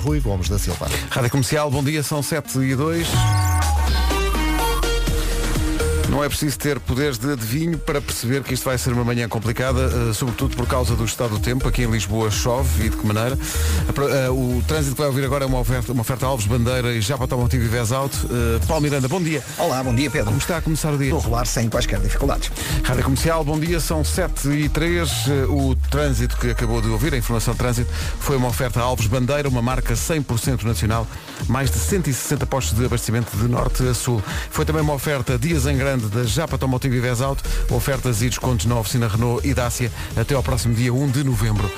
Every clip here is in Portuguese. Rui Gomes da Silva. Rádio Comercial, bom dia, são 7 e 2. Não é preciso ter poderes de adivinho para perceber que isto vai ser uma manhã complicada, eh, sobretudo por causa do estado do tempo. Aqui em Lisboa chove e de que maneira. A pro- eh, O trânsito que vai ouvir agora é uma oferta, uma oferta Alves Bandeira e já para tomar e vez alto. Eh, Paulo Miranda, bom dia. Olá, bom dia Pedro. Como está a começar o dia? Estou a rolar sem quaisquer dificuldades. Rádio Comercial, bom dia, são 7 e 3 O trânsito que acabou de ouvir, a informação de trânsito, foi uma oferta a Alves Bandeira, uma marca 100% nacional, mais de 160 postos de abastecimento de norte a sul. Foi também uma oferta Dias em Grande da Japa Tomotivo e Vez Alto, ofertas e descontos na oficina Renault e Dácia até ao próximo dia 1 de novembro.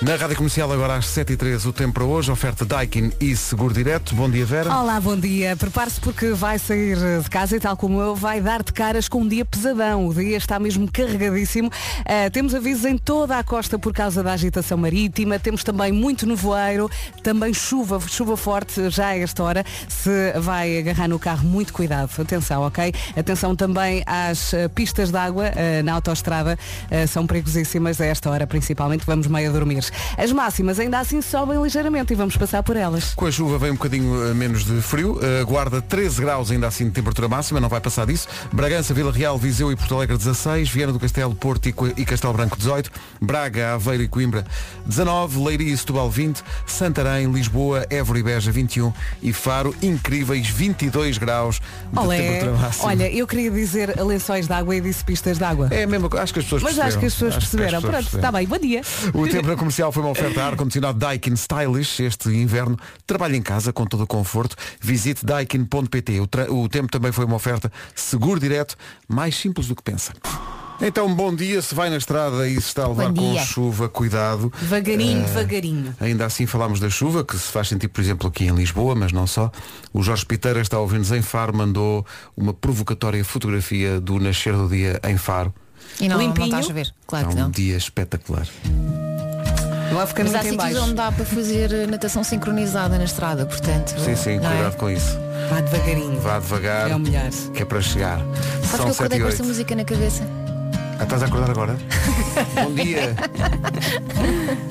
Na Rádio Comercial, agora às 7 e 3 o tempo para hoje, oferta Daikin e Seguro Direto. Bom dia, Vera. Olá, bom dia. Prepare-se porque vai sair de casa e tal como eu, vai dar de caras com um dia pesadão. O dia está mesmo carregadíssimo. Ah, temos avisos em toda a costa por causa da agitação marítima. Temos também muito nevoeiro, também chuva, chuva forte já a esta hora. Se vai agarrar no carro, muito cuidado. Atenção, ok? Atenção também às ah, pistas de água ah, na autoestrada. Ah, são perigosíssimas a esta hora, principalmente. Vamos meio a dormir. As máximas ainda assim sobem ligeiramente e vamos passar por elas. Com a chuva vem um bocadinho eh, menos de frio. Eh, Guarda 13 graus ainda assim de temperatura máxima, não vai passar disso. Bragança, Vila Real, Viseu e Porto Alegre 16, Viana do Castelo, Porto e Co- e Castelo Branco 18, Braga, Aveiro e Coimbra 19, Leiria e Setúbal 20, Santarém, Lisboa, Évora e Beja 21 e Faro, incríveis 22 graus de Olé. temperatura máxima. Olha, eu queria dizer lençóis de água e disse pistas de água. É a mesma coisa, acho que as pessoas Mas perceberam. acho que as pessoas perceberam. as pessoas Pronto, tá está bem, bom dia. O tempo na comercial foi uma oferta a ar-condicionado Daikin Stylish este inverno. Trabalhe em casa com todo o conforto. Visite daikin.pt. O, tra- o tempo também foi uma oferta seguro direto, mais simples do que pensa. Então, bom dia. Se vai na estrada e se está a levar Bom com dia. chuva, cuidado. Ah. Eh, Devagarinho, devagarinho. Ainda assim falámos da chuva, que se faz sentir, por exemplo, aqui em Lisboa, mas não só. O Jorge Piteira está a ouvir-nos em Faro, mandou uma provocatória fotografia do nascer do dia em Faro. E não, não Limpinho? está a chover, claro que Está um não. dia espetacular. Não vai ficar Mas há muito em sítios baixo. onde dá para fazer natação sincronizada na estrada, portanto. Sim, sim, não é? cuidado com isso. Vá devagarinho. Vá devagar. É o melhor. Que é para chegar. Sabe que eu São 7 acordei e com esta 8. música na cabeça? Ah, estás a acordar agora? Bom dia.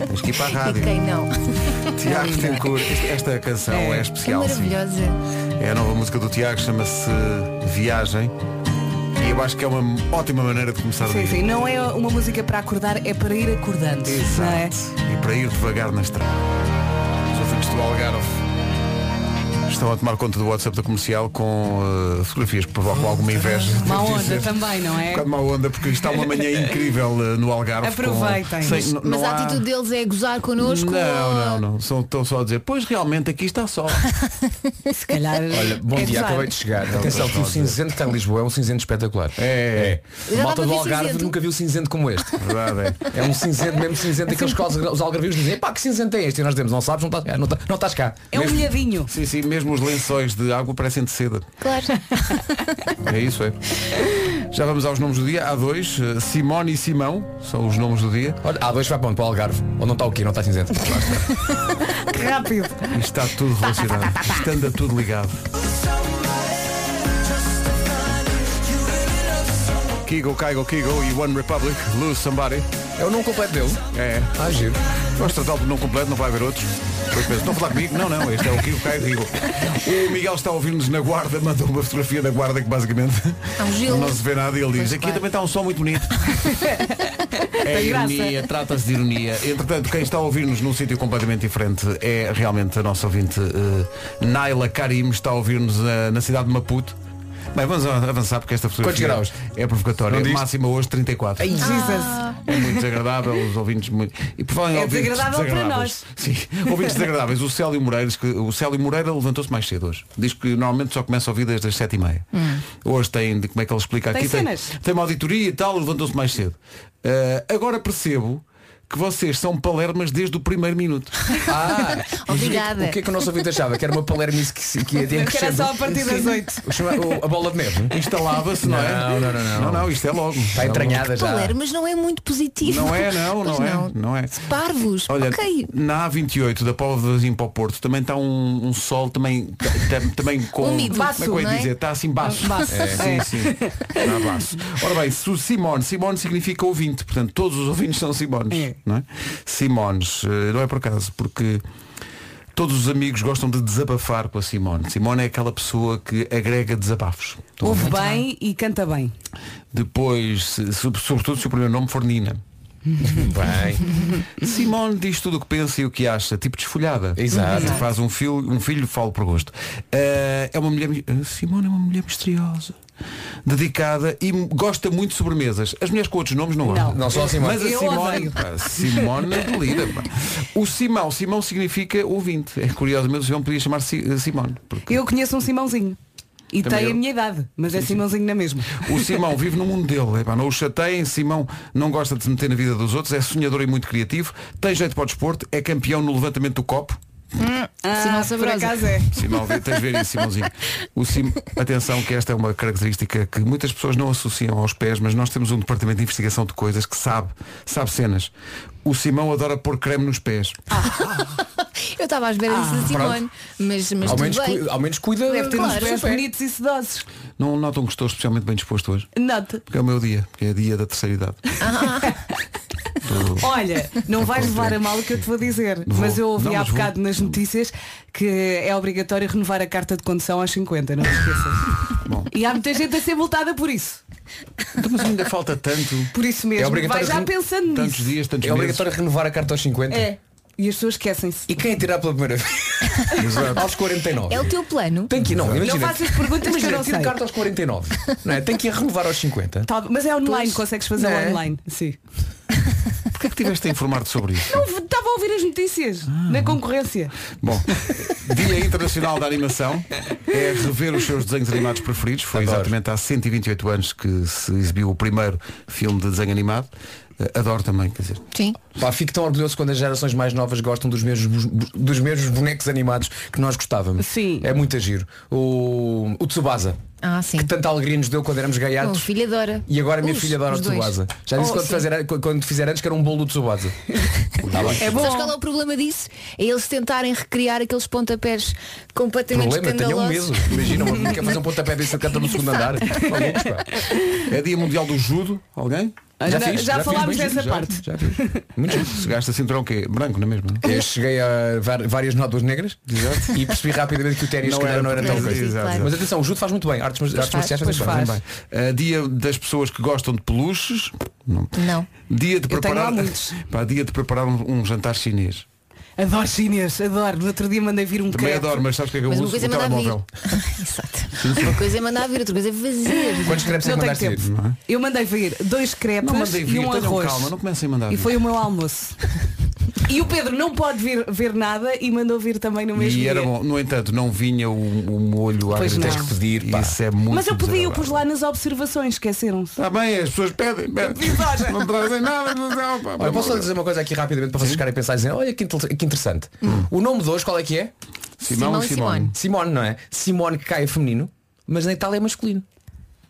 Tens que ir para a E rádio. quem não? Tiago Tencourt. Este- Esta canção é, É. É especial. sim. maravilhosa. É a nova música do Tiago, chama-se Viagem. E eu acho que é uma ótima maneira de começar o Sim, dia. sim. Não é uma música para acordar, é para ir acordando. Não é? E para ir devagar na estrada. Os ouvintes do Algarve estão a tomar conta do WhatsApp da comercial com eh, fotografias que provocam alguma inveja. Má devo onda dizer. também, não Um é? bocado má onda, porque está uma manhã incrível eh, no Algarve. com- Aproveitem. sem- n- Mas não a há- atitude deles é gozar connosco. ou- Não, não, não. São, estão só a dizer, pois realmente aqui está sol. Se calhar. Olha, bom é dia, gozar. acabei de chegar. Atenção, que o cinzento que está em Lisboa é um cinzento espetacular. É, Eu já Malta estava a do ver Algarve cinzento. nunca viu cinzento como este. Verdade. é. Assim. É um cinzento, mesmo cinzento, aqueles que os algarvios dizem, pá, que cinzento é este? E nós dizemos, não sabes, não estás cá. Não, tá- não estás cá. É um molhadinho. Sim, sim, mesmo os lençóis de água parecem de seda. Claro. É isso, é. Já vamos aos nomes do dia. Há dois, eh, Simone e Simão, são os nomes do dia. Olha, há dois que vai para onde? Para o Algarve. Ou não está o quê? Não está cinzento. Que rápido. E está tudo relacionado. Estando a tudo ligado. Kigo, Kaigo, Kigo e One Republic, Lose Somebody. É o nome completo dele. É. Ah, giro. Vamos tratar do não completo, não vai haver outros. Depois penso, estão a falar comigo? Não, não, este é o Kigo, Kaigo, Kigo. O Miguel está a ouvir-nos na guarda, mandou uma fotografia da guarda que basicamente É um gelo. não se vê nada e ele diz, Pois aqui bem. também está um som muito bonito. É Tem graça. ironia, trata-se de ironia. Entretanto, quem está a ouvir-nos num sítio completamente diferente é realmente a nossa ouvinte eh, Naila Karim, está a ouvir-nos eh, na cidade de Maputo. Bem, vamos a- avançar porque esta fotografia Quantos graus? é provocatória. Não diz? Máxima hoje 34. Jesus. É muito desagradável, os ouvintes muito. E por falar em É ouvintes desagradável para desagradáveis. Sim, ouvintes desagradáveis. O Célio Moreira, diz que, o Célio Moreira levantou-se mais cedo hoje. Diz que normalmente só começa a ouvir desde as 7 e meia. Hum. Hoje tem, de- como é que ele explica Tem aqui? cenas. Tem, uma auditoria e tal, levantou-se mais cedo. Ah, agora percebo que vocês são palermas desde o primeiro minuto. Ah, Obrigada. O que é que o nosso ouvinte achava? Que era uma palermice que, que ia Que era só a partir das oito. A bola de neve. Instalava-se, não é? Não, não, não, não. Não, isto é logo. Está entranhada já. Palermo, mas não é muito positivo. Não é, não, não Pois é. Não é. Parvos. Olha, ok. na A28 da Póvoa de Varzim para o Porto também está um, um sol também, tam- também com. Úmido. como é que eu Baço, ia não é? dizer? Está assim baixo. Baço. Sim, sim. Está baço. Ora bem, su- Simone, Simone significa ouvinte, portanto todos os ouvintes são Simones. É. Não é? Simones, eh, não é por acaso, porque Todos os amigos gostam de desabafar com a Simone. Simone é aquela pessoa que agrega desabafos. Ouve bem e canta bem. Depois, se- se- sobretudo se o primeiro nome for Nina. Bem. Simone diz tudo o que pensa e o que acha, tipo desfolhada. Exato. Exato. Faz um filho, um filho falo por gosto. Eh, é uma mulher. mi- eh, Simone é uma mulher misteriosa, dedicada e m- gosta muito de sobremesas. As mulheres com outros nomes não gostam. Não, só a Simone. Mas a Eu Simone. odeio. pá, Simone delira. pá. O Simão, Simão significa ouvinte. É curiosamente o Simão podia chamar Si- eh, Simone. Porque Eu conheço um Simãozinho. E Também tem eu. a minha idade, mas é Simãozinho na mesma. o Simão vive no mundo dele. Epá, não o chateiem. Simão não gosta de se meter na vida dos outros. É sonhador e muito criativo. Tem jeito para o desporto. É campeão no levantamento do copo. Ah, Simão Ah, por Sabrosa. acaso é. Simão, vê- tens de ver isso, Simãozinho. O Sim... Atenção que esta é uma característica que muitas pessoas não associam aos pés, mas nós temos um departamento de investigação de coisas que sabe, sabe cenas. O Simão adora pôr creme nos pés. Ah, Eu estava à espera Ah, disso da Simone, mas, mas Ao tudo menos, bem. cui- ao menos cuida. Deve ter claro, uns do pés seu pé. Bonitos e sedosos. Não notam que estou especialmente bem disposto hoje? Nota. Porque é o meu dia, porque é dia da terceira idade. Ah. Olha, não vais levar a mal o que eu te vou dizer, Vou. mas eu ouvi Não, há mas vou. bocado nas notícias que é obrigatório renovar a carta de condução aos 50, não te esqueças. Bom. E há muita gente a ser multada por isso. Então, mas ainda falta tanto. Por isso É mesmo. Vai obrigatório já reno- pensando Tantos nisso. dias, tantos É meses. obrigatório renovar a carta aos 50. É. E as pessoas esquecem-se. E quem tirar pela primeira vez? Exato. aos 49. É o teu plano? Tem que ir, não, Não imagina. faças perguntas que eu Imagina, não sei. tira carta aos 49. Não é? Tem que ir renovar aos 50. Tá, Tal- Mas é online, Pois. consegues fazer Não é? online. Sim. Porquê que tiveste a informar-te sobre isso? Estava a ouvir as notícias na concorrência. Bom, Dia Internacional da Animação é rever os seus desenhos animados preferidos. Foi Adoro. exatamente há 128 anos que se exibiu o primeiro filme de desenho animado. Eh, Adoro também, quer dizer. Sim. Pá, fico tão orgulhoso quando as gerações mais novas gostam dos mesmos, bu- dos mesmos bonecos animados que nós gostávamos. Sim. É muito giro. O, o Tsubasa. Ah, sim. Que tanta alegria nos deu quando éramos O meu gaiatos. filho adora. E agora a minha Os- filha adora o os dois. Tsubasa. Já disse Oh, quando, sim. fazer, quando fizer antes que era um bolo do Tsubasa. Tá bem. É bom. Sabes qual é o problema disso? É eles tentarem recriar aqueles pontapés completamente Problema, tenham medo. escandalosos. Imagina, uma menina quer fazer um pontapé desse canta no segundo andar. Malucos, pá. É Dia Mundial do Judo, alguém? Ah, Já, fiz, já fiz, falámos bem dessa giro, já, parte. Já fiz. Muito giro. Se gasta cinturão que é branco, não é mesmo? Eu cheguei a ah, var- várias nódoas negras e percebi rapidamente que o ténis Não não, era não era para tão fazer coisa. isso, Exato, claro. exato. Mas atenção, o Judo faz muito bem. Artes, artes faz, marciais pois fazem bem. faz. Bem, eh, dia das pessoas que gostam de peluches. Não. Não. Dia de Eu tenho lá preparar. muitos. Pá, dia de preparar um, um jantar chinês. Adoro chinês, adoro. No outro dia mandei vir um Também crepe. adoro, mas sabes o que é que eu Mas uma uso? coisa O é mandar vir. telemóvel. Exato. Uma coisa é mandar vir, outra coisa é fazer. Quantos crepes é Não que tenho mandaste tempo. ir? Eu mandei vir dois crepes Não mandei vir, e um tenham arroz. calma, não comecem a mandar E vir. foi o meu almoço. e o Pedro não pode vir, ver nada e mandou vir também no mesmo E dia. era bom, no entanto, não vinha o, o molho Pois agridoce. não. Tens que pedir, pá. Isso é muito Mas eu pedi, eu desagradável. pus lá nas observações, esqueceram-se. Está Tá bem, as pessoas pedem, pedem. Não trazem nada, é, não, não, pá, Olha, pá, posso só pá. dizer uma coisa aqui rapidamente para vocês ficarem a pensar e dizer, olha que, intel- que interessante. O nome de hoje qual é que é? Hum. Simão Simão e e Simone. Simone, não é? Simone que cai é feminino, mas na Itália é masculino.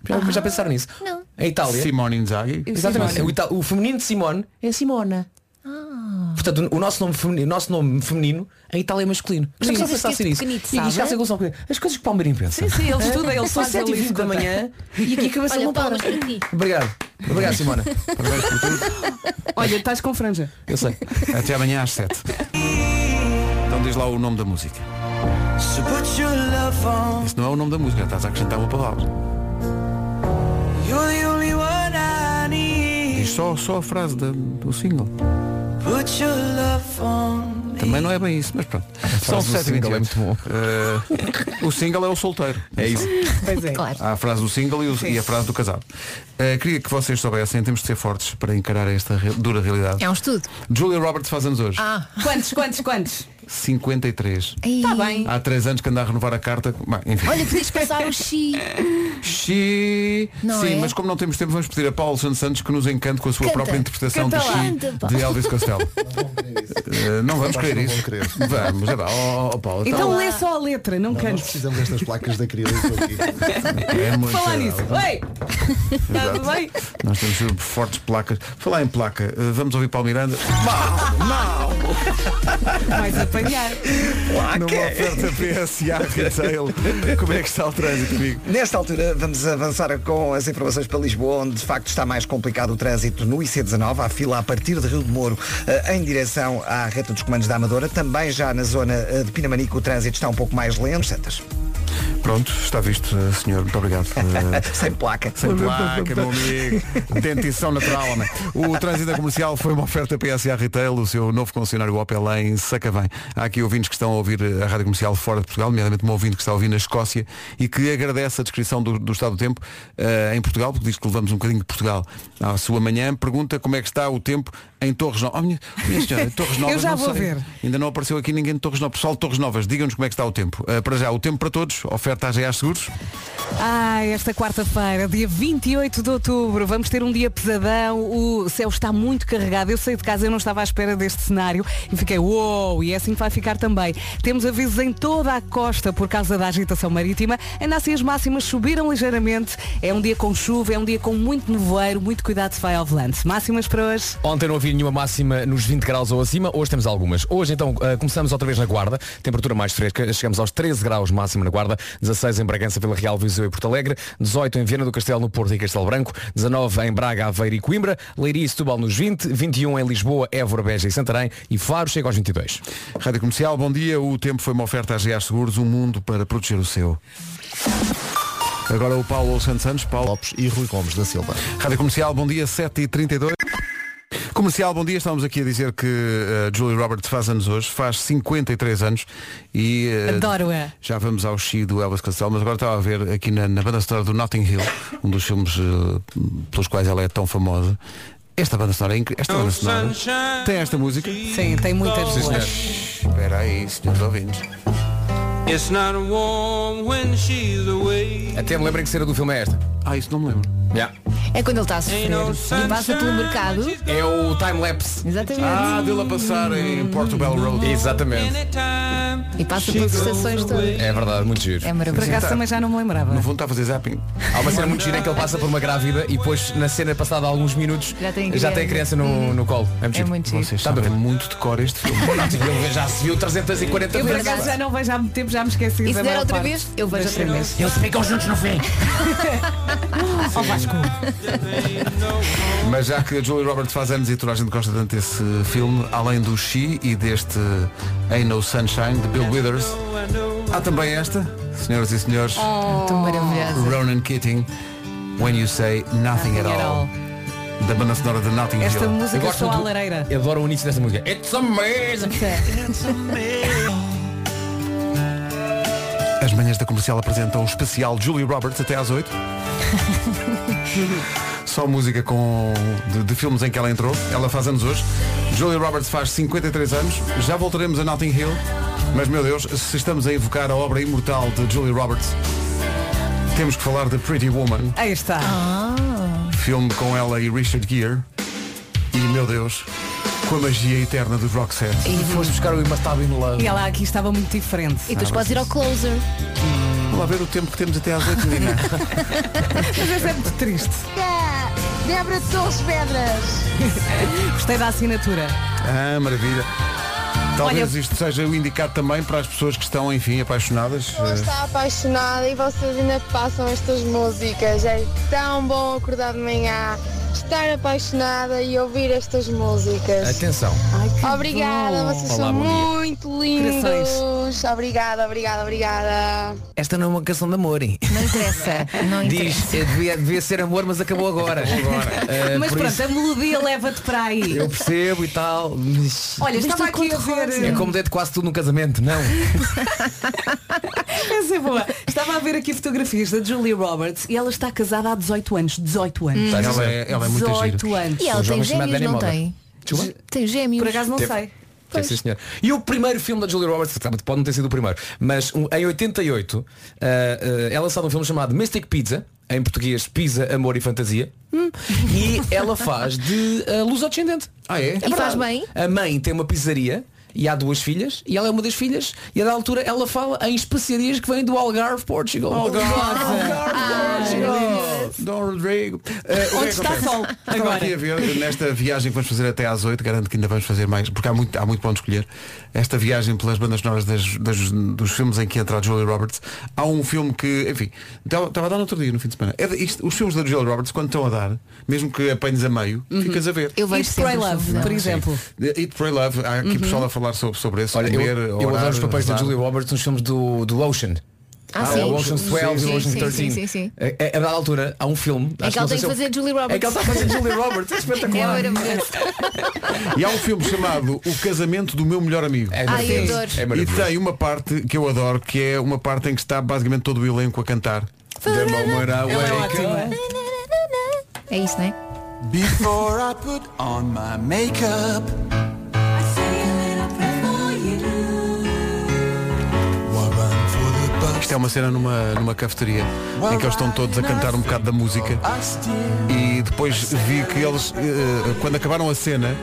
Já, já pensaram nisso? Não. A Itália. Simone Inzaghi. Exatamente. O, ita- o feminino de Simone é Simona. Ah. Portanto, o nosso nome feminino, o nosso nome feminino em Itália é masculino. Já Sim. pensou pensar assim Este nisso? pequenito, E isto sabe? já se conclusão que- As coisas que o Palmeirim pensa. Sim, sim, ele estuda, ele São faz ele 7 e 20 da escuta. manhã e aqui a cabeça Olha, não para. palmas para ti. Obrigado. Obrigado, Simona. Parabéns por tudo. Olha, estás com franja. Eu sei. Até amanhã às 7. Então diz lá o nome da música. Isso não é o nome da música, estás a acrescentar uma palavra. Diz só, só a frase da- do single. Também não é bem isso, mas pronto. São do single é 7h28. muito bom. Eh, o single é o solteiro. É isso. Pois é. Claro. Há a frase do single e, o- e a frase do casado. Eh, queria que vocês soubessem, temos de ser fortes para encarar esta re- dura realidade. É um estudo. Julia Roberts faz anos hoje. Ah, Quantos, quantos, quantos? Tá. 53. está Tá bem. Há três anos que anda a renovar a carta. Bem, enfim. Olha, podias passar o Xi. Xi. Não Sim, é? mas como não temos tempo, vamos pedir a Paulo Santos Santos que nos encante com a sua Canta. própria interpretação Canta de lá. Xi Canta, Paulo. de Elvis Costello. Eh, não vamos querer isso. Vamos, é pá. Oh, oh, Paulo, Então então- lê só a letra, não Nós cantes. precisamos destas placas de acrílico aqui. é muito Falar nisso. agradável. Oi! Está Tá tudo bem? Nós temos fortes placas. Falar em placa, eh, vamos ouvir Paulo Miranda. Mal, mal. Mais a apanhar. Ah, é. Numa oferta PSA Retail. Como é que está o trânsito, amigo? Nesta altura vamos avançar com as informações para Lisboa, onde de facto está mais complicado o trânsito no IC19, à fila a partir de Rio de Moro eh, em direção à reta dos comandos da Amadora. Também já na zona eh, de Pinamanico o trânsito está um pouco mais lento. Santas, Pronto, está visto, eh, senhor. Muito obrigado. Eh, sem placa. Sem placa, meu amigo. Dentição natural, homem. O trânsito comercial foi uma oferta PSA Retail, o seu novo concessionário Opel em Sacavém. Há aqui ouvintes que estão a ouvir a rádio comercial fora de Portugal, nomeadamente um ouvinte que está a ouvir na Escócia e que agradece a descrição do, do estado do tempo eh, em Portugal, porque diz que levamos um bocadinho de Portugal à sua manhã. Pergunta como é que está o tempo em Torres Novas. Oh, minha, minha senhora, Torres Novas. Eu já não vou sei. ver. Ainda não apareceu aqui ninguém de Torres Novas. Pessoal de Torres Novas, digam-nos como é que está o tempo. Eh, para já, o tempo para todos, oferta à GA Seguros. Ah, esta quarta-feira, dia 28 de outubro, vamos ter um dia pesadão, o céu está muito carregado. Eu saí de casa, eu não estava à espera deste cenário e fiquei, uou, e é assim que vai ficar também. Temos avisos em toda a costa por causa da agitação marítima. Ainda assim as máximas subiram ligeiramente. É um dia com chuva, é um dia com muito nevoeiro, muito cuidado se vai ao volante. Máximas para hoje. Ontem não havia nenhuma máxima nos 20 graus ou acima, hoje temos algumas. Hoje então eh, começamos outra vez na Guarda, temperatura mais fresca, chegamos aos 13 graus máximo na Guarda, 16 em Bragança, Vila Real, Viseu e Porto Alegre, 18 em Viana do Castelo, no Porto e Castelo Branco, 19 em Braga, Aveiro e Coimbra, Leiria e Setúbal nos 20, 21 em Lisboa, Évora, Beja e Santarém e Faro chega aos 22. Rádio Comercial, bom dia. O tempo foi uma oferta à GA Seguros, um mundo para proteger o seu. Agora o Paulo Santos Santos, Paulo. Lopes e Rui Gomes da Silva. Rádio Comercial, bom dia, 7h32. Comercial, bom dia. Estávamos aqui a dizer que eh, Julie Roberts faz anos hoje, faz 53 anos e eh, Adoro-a. já vamos ao X do Elvis Costello, mas agora estava a ver aqui na, na banda sonora do Notting Hill, um dos filmes eh, pelos quais ela é tão famosa. Esta banda sonora é incrível. Esta banda sonora é? tem esta música. Sim, tem muitas boas. Espera aí, senhores ouvintes. It's not warm when she's away. Até me lembrem que cena do filme é esta. Ah, isso não me lembro. Yeah. É quando ele está a sofrer e passa pelo mercado. É o time-lapse. Exatamente. Ah, deu-la passar em Portobello Road. Exatamente. Anytime E passa pelas estações todas. É verdade, muito giro. tá. É Por maravilhoso. acaso também já não me lembrava. No fundo está a fazer zapping. Há uma cena muito gira em que ele passa por uma grávida e depois na cena passada alguns minutos Já tem já criança. tem a criança no, no colo. É muito É giro. muito giro. Vocês Está bem. sabem muito de cor este filme. Bom, não, tipo, ele já se viu 340 Eu por vezes. acaso já não vejo há muito tempo, já me esqueci. E da se der maior outra parte vez, eu vejo das outra cenas. Oh, vez. Eles ficam juntos no fim. Mas já que a Julie Roberts faz anos e toda a gente gosta tanto desse filme, além do She e deste Ain't No Sunshine, de Bill Withers, há também esta, senhoras e senhores, Oh, Tão maravilhosa. Ronan Keating, When You Say Nothing, at, at all. Da banda sonora de Nothing Esta Hill. Eu música gosto só à muito- lareira. Eu adoro o início desta música. É It's amazing. É. As manhãs da comercial apresentam o especial Julie Roberts até às 8. Só música com, de, de filmes em que ela entrou. Ela faz anos hoje. Julie Roberts faz 53 anos. Já voltaremos a Notting Hill. Mas, meu Deus, se estamos a evocar a obra imortal de Julie Roberts, temos que falar de Pretty Woman, Aí está. Ah. filme com ela e Richard Gere. E, meu Deus, com a magia eterna do Roxette. E foste buscar o Imastável in Love. E ela aqui estava muito diferente. E depois podes ir ao closer. Vamos lá ver o tempo que temos até às 8, menina. Mas esta é muito triste. Débora de Torres Pedras. Gostei da assinatura. Ah, maravilha. Talvez Olha- isto seja o indicado também para as pessoas que estão, enfim, apaixonadas. Ela está Tá apaixonada e vocês ainda passam estas músicas. É tão bom acordar de manhã, estar apaixonada e ouvir estas músicas. Atenção. Obrigada, vocês Olá, são bom dia. muito lindos. Obrigada, obrigada, obrigada. Esta não é uma canção de amor. hein? Não interessa. Não interessa. Diz, é, eh, devia, devia ser amor, mas acabou agora. É, Eh, Mas por pronto, é isso a melodia leva-te para aí. eu percebo e tal. mas- Olha, Mas estava tudo aqui a ver. eh, É como dedo quase tudo num casamento, não. Essa é boa. Estava a ver aqui fotografias da Julia Roberts e ela está casada há 18 anos. 18 anos. Ela é, ela é muito gira. 18 anos. E ela Os tem jovens chamam gêmeos, não Dani Moda. tem? Desculpa? Tem gêmeos. É Por acaso não Teve- sei. Tem, sim, senhor. E o primeiro filme da Julia Roberts, sabe, pode não ter sido o primeiro, mas um- em 88 uh, uh, é lançado um filme chamado Mystic Pizza, em português Pizza, Amor e Fantasia, Hum. e ela faz de eh, uh, luz ascendente. Ah, é? E faz bem? A mãe tem uma pizzaria e há duas filhas e ela é uma das filhas e a da altura ela fala em especiarias que vêm do Algarve, Portugal. Algarve, Portugal. Dom Rodrigo. Eh, o que é que Onde está acontece? sol? Estava aqui a Agora. ver, eh, nesta viagem que vamos fazer até às 8, garanto que ainda vamos fazer mais, porque há muito, há muito para onde escolher. Esta viagem pelas bandas sonoras das- das- dos filmes em que entra a Julia Roberts, há um filme que, enfim, estava estava a dar no outro dia, no fim de semana. É de- isto- os filmes da Julia Roberts, quando estão a dar, mesmo que apanhes a meio, Uhum. ficas a ver. Eu vejo Eat, Pray, sempre os Love, né? filmes dela. por exemplo. Uhum. Eat, Pray, Love, há aqui pessoal a falar sobre, sobre esse, Olha, eu, comer, eu orar, adoro os papéis da rezar. Julia Roberts nos filmes do, do Ocean. Ah, Há sim. o Ocean 12 e o É, Sim, Ocean sim, 13. sim, sim, sim. A, a, a dada altura, há um filme. É acho que ela não sei tem que se eu- fazer Julie Roberts. É que ela está a fazer Julia Roberts. É É espetacular. maravilhoso. E há um filme chamado O Casamento do Meu Melhor Amigo. É Ai, eu maravilhoso. adoro. É E maravilhoso. tem uma parte que eu adoro, que é uma parte em que está basicamente todo o elenco a cantar. The moment I wake up. É isso, não é? Before I put on my makeup, Isto é uma cena numa, numa cafeteria em que eles estão todos a cantar um bocado da música e depois vi que eles, eh, quando acabaram a cena,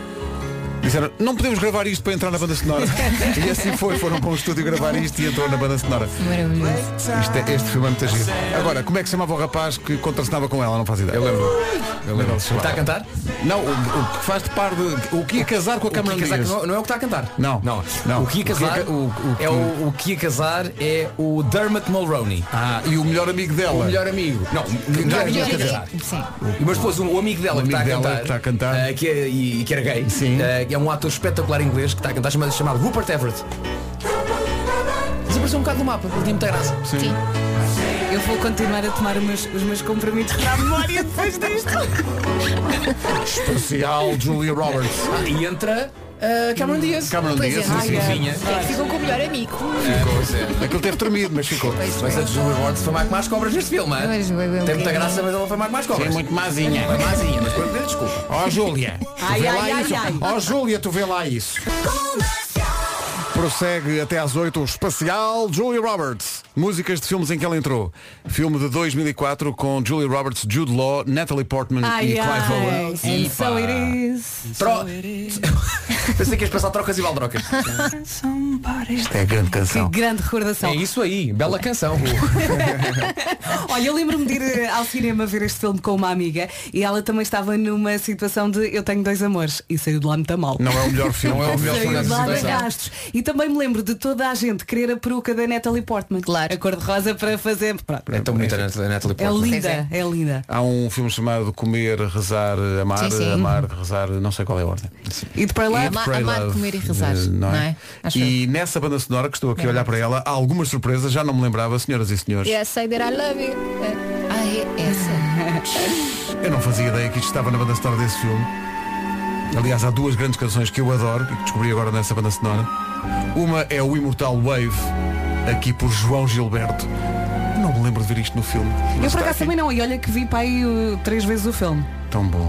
disseram não podemos gravar isto para entrar na banda sonora. e assim foi, foram para um estúdio gravar isto e entrou na banda sonora. Maravilhoso. Isto é- este filme é muito giro. Agora, como é que se chamava o rapaz que contracenava com ela? Não faz ideia. Eu lembro. Eu lembro. Está a cantar? Não, o, o que faz de par de. O que ia casar com a Cameron O que ia casar Diaz. não, não é o que está a cantar. Não. Não. Não. O que ia casar O que ia- o- o- é o, o que ia casar é o Dermot Mulroney. Ah, e o melhor amigo dela. O melhor amigo. Não, é o melhor amigo ia casar. Sim. Mas depois o, o amigo dela, O que, está amigo a dela cantar, que está a cantar. eh, que é, e, e que era gay, Sim. eh, que é um ator espetacular inglês que está a cantar chamado, chamado Rupert Everett. Desapareceu um bocado do mapa, ele tinha muita graça. Sim. Eu vou continuar a tomar os meus, os meus compromissos para a memória depois disto. Especial Julia Roberts. Ah, e entra Ah, eh, Cameron Diaz. Cameron Pois Diaz, é. sim, sim, Ai, sim. Vinha. É que Ficou com o melhor amigo. Aquilo teve tremido, mas ficou. Mas a Julia Roberts foi mais que mais cobras neste filme, hein? Mas vai ver um Tem muita bocadinho. graça, mas ela foi mais que mais cobras. mazinha. Foi mazinha, mas pronto, desculpa. Ó Júlia, Ai, ai, ai, ai. ó Júlia, tu vê lá isso. Prossegue até às 8 o especial Julia Roberts. Músicas de filmes em que ela entrou. Filme de 2004 com Julia Roberts, Jude Law, Natalie Portman e Ai, Clive ai. Owen. And so it is. Tro... Pensei que ias passar trocas e baldrocas. Isto é a grande Que canção. grande recordação. É isso aí, bela canção. Olha, eu lembro-me de ir eh, ao cinema ver este filme com uma amiga e ela também estava numa situação de eu tenho dois amores e saiu de lá muito mal. Não é o melhor filme. Não é o melhor Saiu filme de nessa lá de situação. gastos. E também me lembro de toda a gente querer a peruca da Natalie Portman. Claro. A cor-de-rosa para fazer. Pronto. É tão bonita a Nat- a Natalie É Portman. linda, é linda. Há um filme chamado Comer, Rezar, Amar, Sim, sim. Amar, Rezar, não sei qual é a ordem. é E de para lá. Ama- Pray amar, Love, comer e rezar, eh, não é? Acho É E nessa banda sonora que estou aqui a olhar para ela, há algumas surpresas, já não me lembrava, senhoras e senhores. Yes, I did I love you. Ah, é essa. Eu não fazia ideia que isto estava na banda sonora desse filme. Aliás, há duas grandes canções que eu adoro e que descobri agora nessa banda sonora. Uma é o Imortal Wave, aqui por João Gilberto. Não me lembro de ver isto no filme. mas Eu por está acaso aqui. também não, e olha que vi para aí uh, três vezes o filme. Tão bom.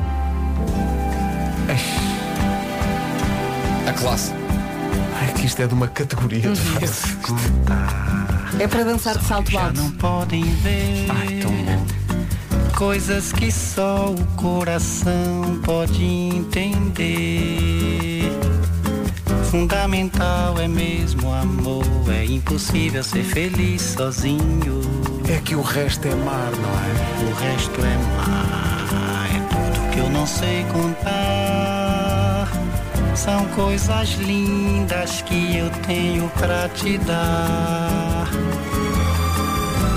A classe. Uhum. Ai, que isto é de uma categoria de tá? É para dançar de salto alto. podem ver Ai, tão bom. coisas que só o coração pode entender. Fundamental é mesmo o amor, é impossível ser feliz sozinho. É que o resto é mar, não O resto é mar, é tudo que eu não sei contar. São coisas lindas que eu tenho pra te dar.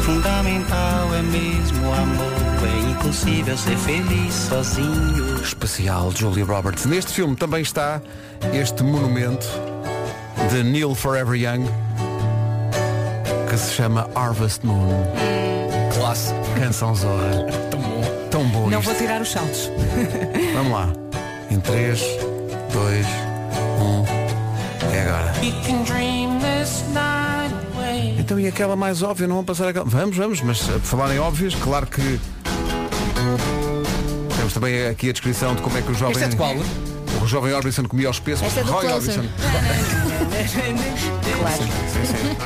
Fundamental é mesmo o amor, é impossível ser feliz sozinho. é? Especial Julia Roberts. Neste filme também está este monumento de Neil Forever Young que se chama Harvest Moon. Classe. Canção Zorra. Tão bom. Tão bom Não isto. vou tirar os saltos. Vamos lá. Em 3, 2, 1. É agora. Então e aquela mais óbvia? Não vão passar aquela. Vamos, vamos, mas a falar em óbvias, claro que. Temos também aqui a descrição de como é que o jovem. Este é de qual? O jovem Orbison comia aos pesos. Esta é do Roy Closer. Orbison. Claro. Sim, sim.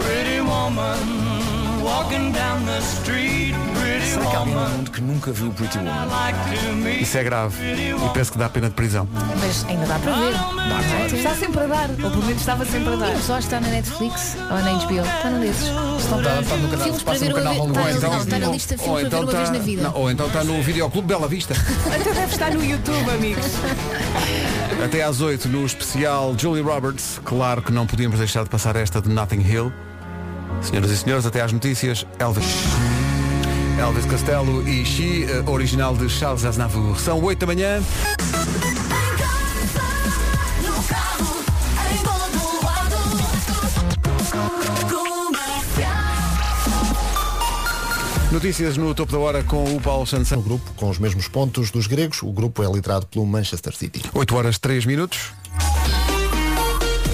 Pretty woman walking down the street, pretty Será que há alguém no mundo que nunca viu Pretty Woman? Isso é grave. E penso que dá pena de prisão. Mas ainda dá para ver. Está sempre a dar, ou pelo menos estava sempre a dar. Não só está na Netflix ou na HBO. Está num desses. Estão Está- está tá, no canal- filmes para passa ver no uma canal vez. Hollywood. Está, Então- não, está na lista de filmes para ver uma vez na vida. não, ou então está no Videoclube Bela Vista. Então Até deve estar no YouTube, amigos. Até às 8 no especial Julie Roberts. Claro que não podíamos deixar de passar esta de Nothing Hill. Senhoras e senhores, até às notícias, Elvis. Elvis Costello e She, eh, original de Charles Aznavour. São 8 da manhã. Notícias no topo da hora com o Paulo Santos. No grupo, com os mesmos pontos dos gregos, o grupo é liderado pelo Manchester City. 8 horas 3 minutos.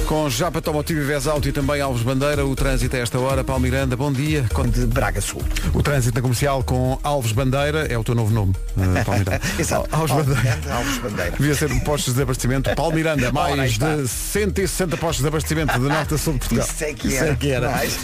Com Japa Tomotivo e Vez Alto e também Alves Bandeira, o trânsito a esta hora. Paulo Miranda, bom dia. Com- de Braga Sul. O trânsito na comercial com Alves Bandeira, é o teu novo nome, eh, Paulo Miranda. Exato. Al- Alves Bandeira. Alves Bandeira. Devia ser postos de abastecimento. Paulo Miranda, Ora, aí mais está. de 160 postos de abastecimento de norte a sul de Portugal. Isso é que era. Mais.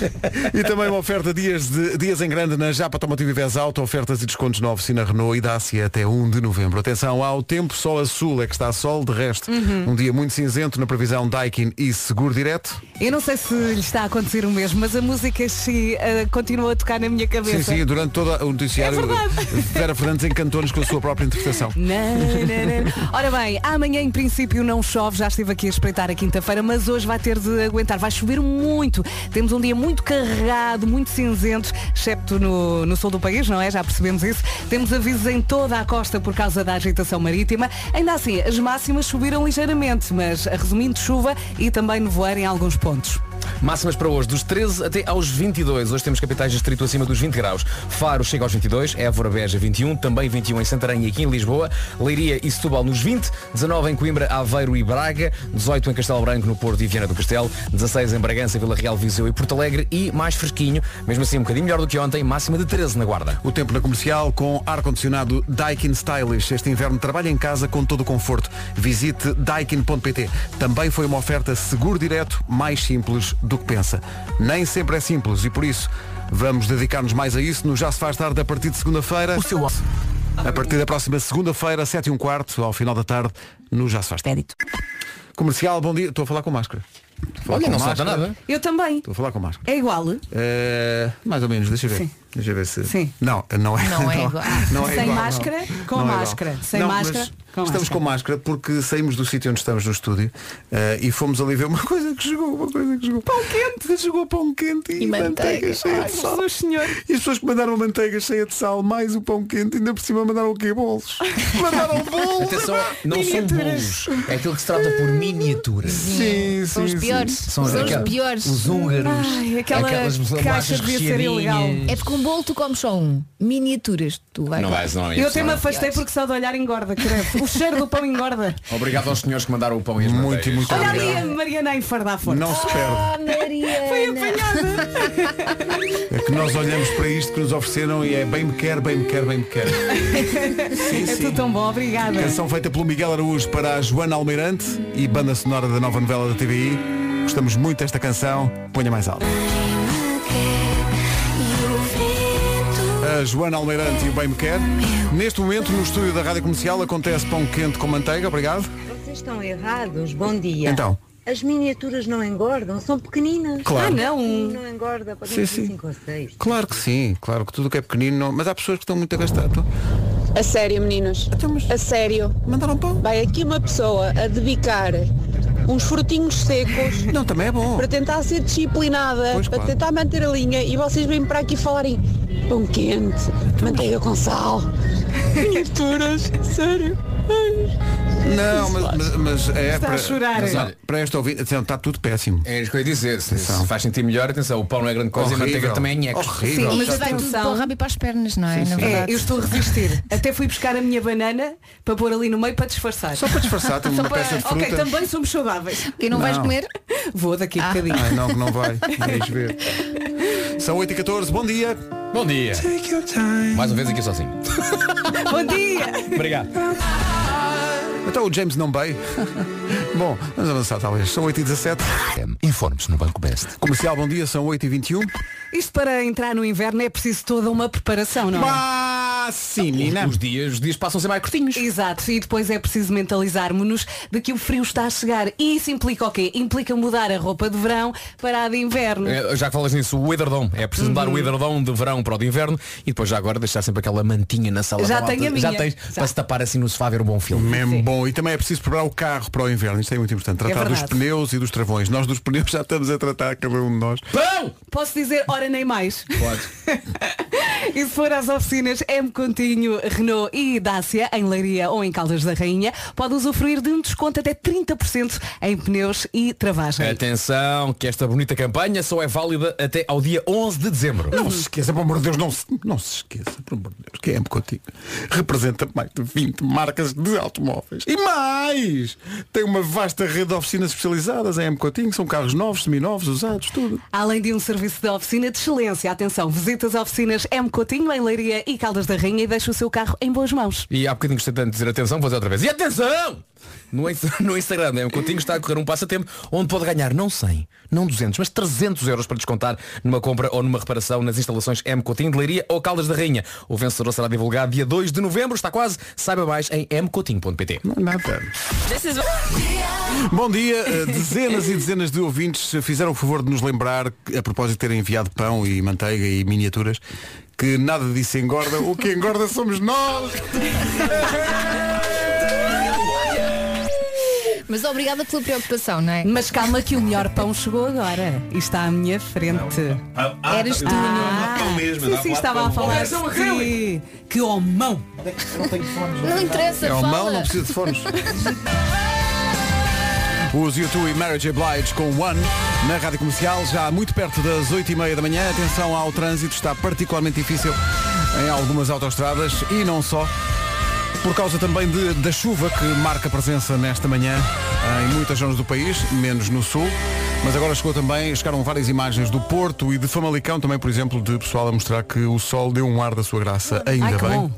E também uma oferta dias, de, dias em grande na Japa Automotivo e Vez Auto, ofertas e descontos na oficina Renault e da Ásia até 1 de novembro. Atenção ao tempo, só a sul é que está sol, de resto, Uhum. um dia muito cinzento na previsão Daikin e Seguro Direto. Eu não sei se lhe está a acontecer o mesmo, mas a música se eh, continua a tocar na minha Sim, cabeça. sim, durante todo o noticiário, É verdade. Vera Fernandes encantou-nos com a sua própria interpretação. Na, na, na. né, Ora bem, amanhã em princípio não chove, já estive aqui a espreitar a quinta-feira, mas hoje vai ter de aguentar, vai chover muito. Temos um dia muito carregado, muito cinzento, excepto no, no sul do país, não é? Já percebemos isso. Temos avisos em toda a costa por causa da agitação marítima. Ainda assim, as máximas subiram ligeiramente, mas resumindo, chuva e também nevoeiro em alguns pontos. Máximas para hoje, dos 13 até aos 22. Hoje temos capitais distrito acima dos 20 graus. Faro chega aos 22, Évora Beja 21, também 21 em Santarém e aqui em Lisboa, Leiria e Setúbal nos 20, 19 em Coimbra, Aveiro e Braga, 18 em Castelo Branco, no Porto e Viana do Castelo, 16 em Bragança, Vila Real, Viseu e Porto Alegre e mais fresquinho, mesmo assim um bocadinho melhor do que ontem, máxima de 13 na Guarda. O tempo na comercial com ar-condicionado Daikin Stylish. Este inverno trabalha em casa com todo o conforto. Visite daikin.pt. Também foi uma oferta seguro direto, mais simples do que pensa. Nem sempre é simples e por isso vamos dedicar-nos mais a isso no Já se faz tarde a partir de segunda-feira. O seu a partir da próxima segunda-feira, 7 e um quarto, ao final da tarde, no Já se faz tarde. Crédito. Comercial, bom dia. Estou a falar com máscara. Estou a falar Olha, com não máscara. salta nada. Eu também. Estou a falar com máscara. É igual? Eh, mais ou menos, deixa eu ver. Sim. Deixa eu ver se. Sim. Não, não é. Não é igual. não é Sem igual, máscara, não. com Não é igual. máscara. Sem Não, mas máscara, com Estamos máscara. com máscara porque saímos do sítio onde estamos no estúdio eh, e fomos ali ver uma coisa que chegou, uma coisa que chegou. Pão quente! Chegou pão quente e, E manteiga. cheia de sal. E as pessoas que mandaram a manteiga cheia de sal, mais o pão quente, ainda por cima mandaram o quê? Bolos. mandaram bolos! Atenção, não são bolos. É aquilo que se trata por miniaturas. Sim, São os sim, piores. sim. São, aquela- os piores. Ah. Os húngaros. Ai, aquela aquelas bolachas caixa devia ser ilegal. recheadinhas. É porque um bolo tu comes só um. Miniaturas. Tu vai. Não vais, não é Eu isso, até me não. afastei porque só de olhar engorda, credo. O cheiro do pão engorda. Obrigado aos senhores que mandaram o pão e as Muito, manteigas. muito Olha obrigado. ali a Mariana a enfardar a forte. Não se perde. Ah, Maria. Foi apanhada. É que nós olhamos para isto que nos ofereceram e é bem me quer, bem me quer, bem me quer. É tudo tão bom, obrigada. Canção feita pelo Miguel Araújo para a Joana Almeirante e banda sonora da nova novela da TVI. Gostamos muito desta canção. Ponha mais alto. A Joana Almeirante e o Bem Me Quer. Neste momento, no estúdio da Rádio Comercial, acontece pão quente com manteiga, obrigado. Vocês estão errados, bom dia. Então? As miniaturas não engordam, são pequeninas. Ah Claro. não, Não engorda, pode é Sim, ser sim. 5 ou 6. Claro que sim, claro que tudo o que é pequenino, não- mas há pessoas que estão muito a gastar. Então, A sério, meninos. A sério. Ah, Mandaram pão. Vai aqui uma pessoa a dedicar uns frutinhos secos Não, também é bom. para tentar ser disciplinada, Pois, para claro. tentar manter a linha e vocês vêm para aqui falarem pão quente, Então, manteiga com sal, miniaturas, sério. Ai. Não, mas, mas- mas é Está a para, chorar. mas, olha, para esta ouvinte, atenção, está tudo péssimo. É isso que eu ia dizer. Se, se faz sentir melhor, atenção, o pão não é grande coisa Horrível. e a manteiga também é nheco. Horrível. Sim, Mas vai tudo Atenção. para o rabo e para as pernas, não é? Na é, verdade. eu estou a resistir. Até fui buscar a minha banana para pôr ali no meio para disfarçar. Só para disfarçar, tem Só uma para- peça de fruta. Ok, também somos saudáveis. E não, vais Não. comer? Ah. Vou daqui a bocadinho. Ai, não, que não vai. Vais ver. São 8 e 14 bom dia. Bom dia. Mais uma vez aqui sozinho. Bom dia! Obrigado. Então o James não veio. Bom, vamos avançar talvez. São 8 e 17 Informe-se no Banco Best. Comercial, bom dia, são 8 e 21 Isto para entrar no inverno é preciso toda uma preparação, não é? Mas sim, Nina. Os, dias, os dias passam a ser mais curtinhos. Exato, e depois é preciso mentalizarmos-nos de que o frio está a chegar. E isso implica o quê? Implica mudar a roupa de verão para a de inverno. É, Já que falas nisso, o edredom. É preciso Uhum. mudar o edredom de verão para o de inverno e depois já agora deixar sempre aquela mantinha na sala. Já da malta. tenho a Já minha. tens Já. para se tapar assim no sofá a ver um bom filme. Mesmo bom. E também é preciso preparar o carro para o inverno. Isto é muito importante. Tratar dos verdade. pneus e dos travões. Nós dos pneus já estamos a tratar cada um de nós. Pão! Posso dizer, ora nem mais. E se for às oficinas M Continho, Renault e Dácia, em Leiria ou em Caldas da Rainha, pode usufruir de um desconto até 30% em pneus e travagem. É. Atenção, que esta bonita campanha só é válida até ao dia 11 de dezembro. Não se esqueça, pelo amor de Deus, não se, não se esqueça, pelo amor de Deus, que é M Coutinho representa mais de 20 marcas de automóveis. E mais! Tem uma vasta rede de oficinas especializadas em M Coutinho, são carros novos, seminovos, usados, tudo. Além de um serviço de oficina de excelência. Atenção, visita as oficinas M Coutinho em Leiria e Caldas da Rainha e deixa o seu carro em boas mãos. E há bocadinho gostei tanto de dizer atenção, vou dizer outra vez. E atenção! No, Insta- no Instagram, é um continho está a correr um passatempo onde pode ganhar não 100, não 200, mas 300 euros para descontar numa compra ou numa reparação nas instalações M Coutinho de Leiria ou Caldas da Rainha. O vencedor será divulgado dia 2 de novembro, está quase. Saiba mais em mcoutinho.pt. Nada. Bom dia, eh, dezenas e dezenas de ouvintes fizeram o favor de nos lembrar, que, a propósito de terem enviado pão e manteiga e miniaturas, que nada disso engorda, o que engorda somos nós! Mas obrigada pela preocupação, não é? Mas calma que o melhor pão chegou agora e está à minha frente. ah, tá, Eras tu, Ah, sim, sim, estava a falar é é um que, que homão. Nuno. Não interessa, É o fala. mal, não precisa de fones. Os YouTube e Marriage Oblige com One na rádio comercial, já muito perto das 8h30 da manhã. Atenção ao trânsito, está particularmente difícil em algumas autoestradas e não só. Por causa também de- da chuva que marca presença nesta manhã em muitas zonas do país, menos no sul. Mas agora chegou também, chegaram várias imagens do Porto e de Famalicão, também, por exemplo, de pessoal a mostrar que o sol deu um ar da sua graça, ainda Ai, que bem. bom.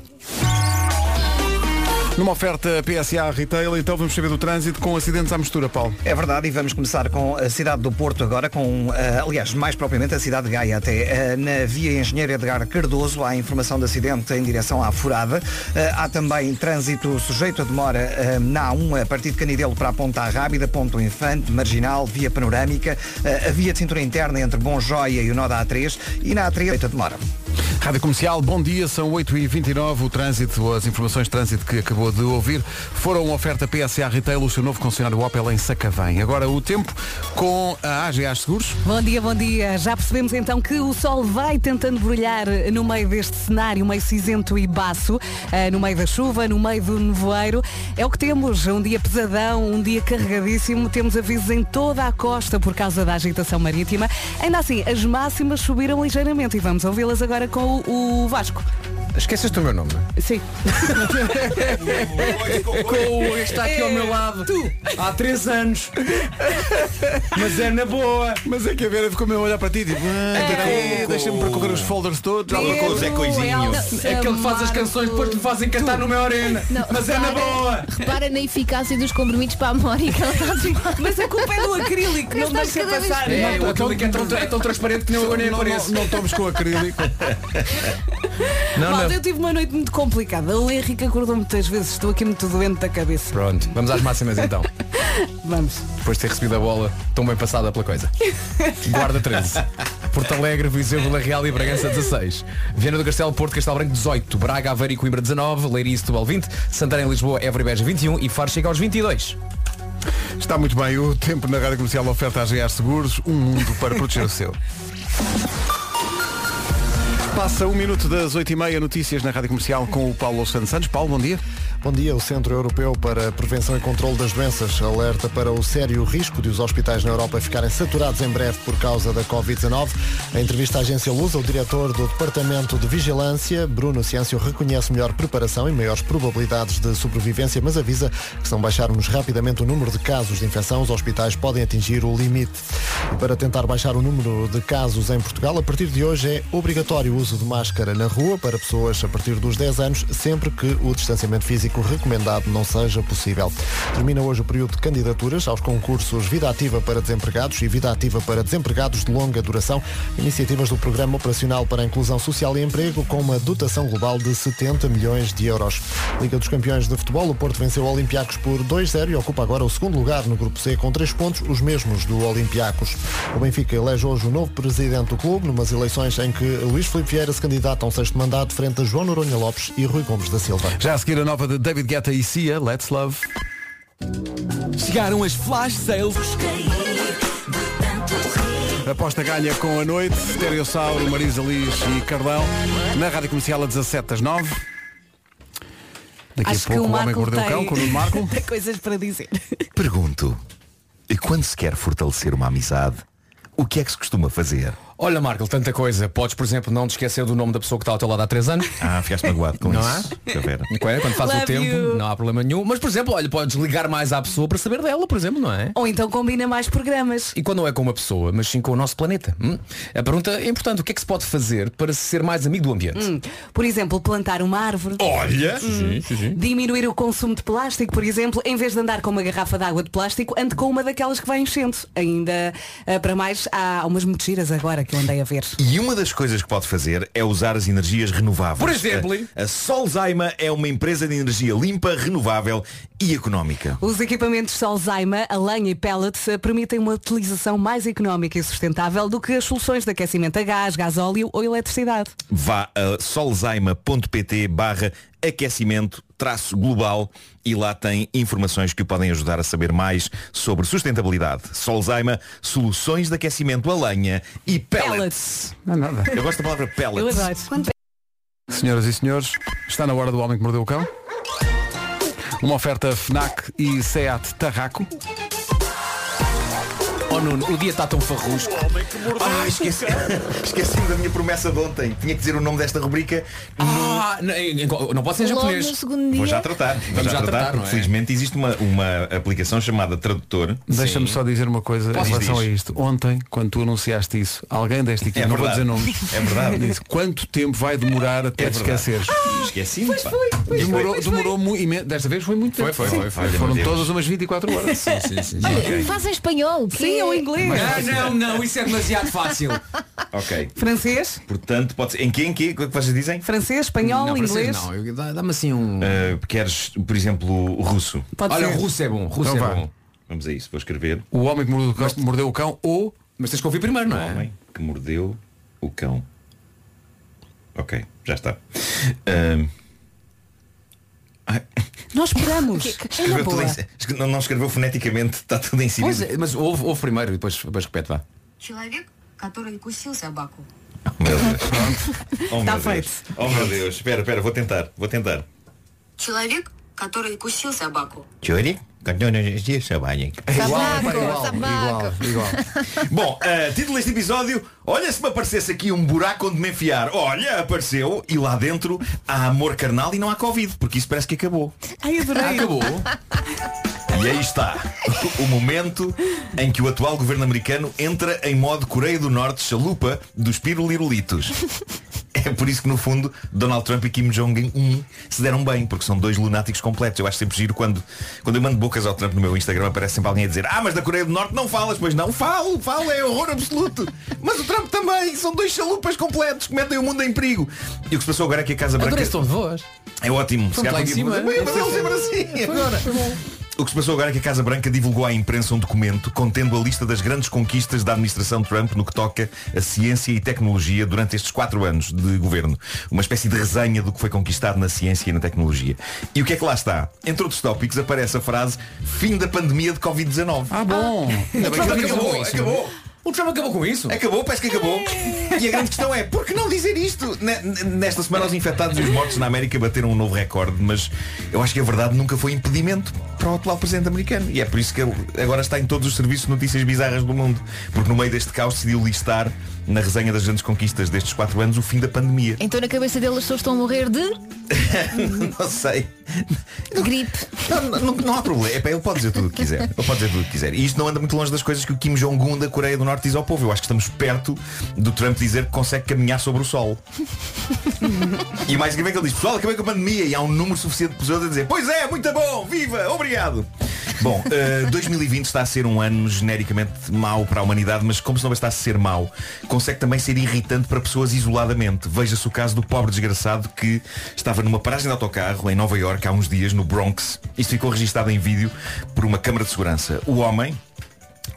Numa oferta PSA Retail, então vamos saber do trânsito com acidentes à mistura, Paulo. É verdade, e vamos começar com a cidade do Porto agora, com, eh, aliás, mais propriamente a cidade de Gaia até. Eh, na via Engenheiro Edgar Cardoso há informação de acidente em direção à Furada. Eh, há também trânsito sujeito a demora eh, na A1 a partir de Canidelo para a Ponta Rábida, Ponto Infante, Marginal, Via Panorâmica, eh, a via de cintura interna entre Bom Joia e o Nó da A3 e na A3 sujeito a demora. Rádio Comercial, bom dia, são 8h29. O trânsito, as informações de trânsito que acabou de ouvir foram uma oferta PSA Retail, o seu novo concessionário Opel em Sacavém. Agora o tempo com a AGA Seguros. Bom dia, bom dia. Já percebemos então que o sol vai tentando brilhar no meio deste cenário meio cinzento e baço, eh, no meio da chuva, no meio do nevoeiro. É o que temos, um dia pesadão, um dia carregadíssimo. Temos avisos em toda a costa por causa da agitação marítima. Ainda assim, as máximas subiram ligeiramente e vamos ouvi-las agora com o, o Vasco. Esqueceste o meu nome? Sim. Com o que está aqui ao É, meu lado há 3 anos. Mas é na boa. É. Mas é que a Vera ficou mesmo a olhar para ti, tipo, ah, peraí, deixa-me percorrer os folders todos. Alguma coisa. Zé Coisinho. É aquele que faz as canções depois que lhe fazem cantar no meu arena. Não, Mas é na repara- boa. Repara na eficácia dos comprimidos para a Mónica. que ela está a tomar. Mas a culpa é do acrílico, não Estás deixa cada vez passar. É, o aquele que é tão, é tão transparente que nem eu nem Não, não, apareço. não tomes com acrílico. Malta, eu tive uma noite muito complicada. O Henrique acordou muitas vezes. Estou aqui muito doente da cabeça. Pronto, vamos às máximas então. Vamos. Depois de ter recebido a bola, tão bem passada pela coisa. Guarda 13. Porto Alegre, Viseu, Vila Real e Bragança 16. Viana do Castelo, Porto, Castelo Branco 18. Braga, Aveiro e Coimbra 19. Leiria e Setúbal 20. Santarém, Lisboa, Évora e Beja 21. E Faro chega aos 22. Está muito bem, o tempo na rádio comercial oferta a GA Seguros, um mundo para proteger o seu. Passa um minuto das 8h30, notícias na Rádio Comercial com o Paulo Santos Santos. Paulo, bom dia. Bom dia. O Centro Europeu para a Prevenção e Controle das Doenças alerta para o sério risco de os hospitais na Europa ficarem saturados em breve por causa da Covid-19. Em entrevista à agência Lusa, o diretor do Departamento de Vigilância, Bruno Ciêncio, reconhece melhor preparação e maiores probabilidades de sobrevivência, mas avisa que se não baixarmos rapidamente o número de casos de infecção, os hospitais podem atingir o limite. E para tentar baixar o número de casos em Portugal, a partir de hoje é obrigatório o uso de máscara na rua para pessoas a partir dos 10 anos, sempre que o distanciamento físico público recomendado não seja possível. Termina hoje o período de candidaturas aos concursos Vida Ativa para Desempregados e Vida Ativa para Desempregados de Longa Duração, iniciativas do Programa Operacional para a Inclusão Social e Emprego com uma dotação global de 70 milhões de euros. Liga dos Campeões de Futebol, o Porto venceu o Olympiacos por 2-0 e ocupa agora o segundo lugar no grupo C com 3 pontos, os mesmos do Olympiacos. O Benfica elege hoje o novo presidente do clube numas eleições em que Luís Filipe Vieira se candidata a um sexto mandato frente a João Noronha Lopes e Rui Gomes da Silva. Já a seguir a nova de David Guetta e Cia, Let's Love. Chegaram as flash sales. Aposta ganha com a noite, Stereossauro, Marisa Liz e Cardão. Na Rádio Comercial a 17 das 9. Daqui Acho a pouco que o o, Homem que Marco Mordeu o tem- Cão com o Nuno Marco. Tem coisas para dizer. Pergunto, e quando se quer fortalecer uma amizade, o que é que se costuma fazer? Olha, Marco, tanta coisa. Podes, por exemplo, não te esquecer do nome da pessoa que está ao teu lado há três anos. Ah, ficaste magoado com não isso. há? Vera. Quando, é, quando faz Love o tempo, you. não há problema nenhum. Mas, por exemplo, olha, podes ligar mais à pessoa para saber dela, por exemplo, não é? Ou então combina mais programas. E quando não é com uma pessoa, mas sim com o nosso planeta? hum? A pergunta é importante. O que é que se pode fazer para ser mais amigo do ambiente? Hum, Por exemplo, plantar uma árvore. Olha! Hum. Diminuir o consumo de plástico, por exemplo, em vez de andar com uma garrafa de água de plástico, ande com uma daquelas que vai enchendo. Ainda ah, para mais, há umas muito giras agora que eu andei a ver. E uma das coisas que pode fazer é usar as energias renováveis. Por exemplo? A, a Solzaima é uma empresa de energia limpa, renovável e económica. Os equipamentos Solzaima, a lenha e pellets eh, permitem uma utilização mais económica e sustentável do que as soluções de aquecimento a gás, gás óleo ou eletricidade. Vá a solzaima.pt barra aquecimento traço global e lá tem informações que o podem ajudar a saber mais sobre sustentabilidade. Solzaima, soluções de aquecimento a lenha e pellets. Não é nada. Eu gosto da palavra pellets. é? Senhoras e senhores, está na hora do Homem que Mordeu o Cão. Uma oferta FNAC e SEAT Tarraco. Oh Nuno, o dia está tão farrusco. Ah, esqueci, esqueci-me da minha promessa de ontem. Tinha que dizer o nome desta rubrica. Ah, não, em- em- não pode ser em Logo japonês. no segundo dia. Vou já tratar. Vou Vamos já tratar, porque não é? Felizmente existe uma, uma aplicação chamada Tradutor. Deixa-me só dizer uma coisa Posso? em relação Diz, a isto. Ontem, quando tu anunciaste isso, alguém desta equipe, É não vou dizer verdade. nomes, É verdade. disse quanto tempo vai demorar até É te verdade. esqueceres. Ah, Esqueci. pá. Demorou, demorou muito, imen- desta vez foi muito tempo. Foi, foi, foi, foi. Olha, Foram meu Deus. todas umas 24 horas. Sim, sim, sim. Olha, Ok. faz em espanhol. que Sim, é- ou inglês. Ah, não, não, isso é demasiado fácil. Ok. Francês? Portanto, pode ser. Em que, em que? O que é que vocês dizem? Francês, espanhol, não, francês inglês? não. Eu- dá- Dá-me assim um. Ah, queres, por exemplo, russo? Pode Olha, ser. o russo é bom, russo Então é vá. bom. Vamos a isso, vou escrever. O homem que mordeu o cão, mordeu o cão ou Mas tens que ouvir primeiro, não O é? homem que mordeu o cão. Ok, já está. É Ahm, Nós esperamos. É na escreveu tudo boa. em si- escre- não, não escreveu foneticamente, está tudo em cima. Pois é, mas ouve, ouve primeiro e depois, depois repete, vá. Человек, который укусил собаку. Oh, meu Deus. Oh, meu Tá Deus. feito. Oh, meu Deus. Espera, espera, vou tentar. Vou tentar. Человек, который укусил собаку. Чурик, Tabaco, tabaco. Bom, eh, título deste episódio Olha se me aparecesse aqui um buraco onde me enfiar Olha, apareceu E lá dentro há amor carnal e não há Covid Porque isso parece que acabou Ai, adorei. Acabou. E aí está O momento em que o atual governo americano Entra em modo Coreia do Norte Chalupa dos pirulirulitos É por isso que no fundo Donald Trump e Kim Jong-un se deram bem Porque são dois lunáticos completos Eu acho sempre giro quando, quando eu mando bocas ao Trump no meu Instagram Aparece sempre alguém a dizer Ah, mas da Coreia do Norte não falas Pois não, falo, falo, é horror absoluto Mas o Trump também, são dois chalupas completos Que metem o mundo em perigo E o que se passou agora é que a Casa Branca Adorei esse tom de voz. é ótimo. Se Pronto, calhar lá em tem cima, que- é? Mas eles lembram assim. O que se passou agora é que a Casa Branca divulgou à imprensa um documento contendo a lista das grandes conquistas da administração Trump no que toca a ciência e tecnologia durante estes quatro anos de governo. Uma espécie de resenha do que foi conquistado na ciência e na tecnologia. E o que é que lá está? Entre outros tópicos aparece a frase fim da pandemia de Covid-19. Ah bom. Ainda bem que Trump ele acabou acabou, isso. acabou. O Trump acabou com isso. Acabou, parece que acabou. E a grande questão é, por que não dizer isto? Ne- n- Nesta semana os infectados e os mortos na América bateram um novo recorde, mas eu acho que a verdade nunca foi impedimento para o atual presidente americano. E é por isso que ele agora está em todos os serviços de notícias bizarras do mundo. Porque no meio deste caos decidiu listar na resenha das grandes conquistas destes quatro anos, o fim da pandemia. Então na cabeça dele as pessoas estão a morrer de É. não sei. gripe. Não, não- não há problema. Epá, ele pode dizer tudo o que quiser. Ele pode dizer tudo o que quiser. E isto não anda muito longe das coisas que o Kim Jong-un da Coreia do Norte diz ao povo. Eu acho que estamos perto do Trump dizer que consegue caminhar sobre o sol. e o mais incrível é que ele diz, pessoal, acabei com a pandemia. E há um número suficiente de pessoas a dizer, pois é, muito bom, viva, obrigado. Bom, eh, 2020 está a ser um ano genericamente mau para a humanidade, mas como se não bastasse ser mau, consegue também ser irritante para pessoas isoladamente. Veja-se o caso do pobre desgraçado que estava numa paragem de autocarro em Nova Iorque há uns dias, no Bronx. Isto ficou registado em vídeo por uma câmara de segurança. O homem,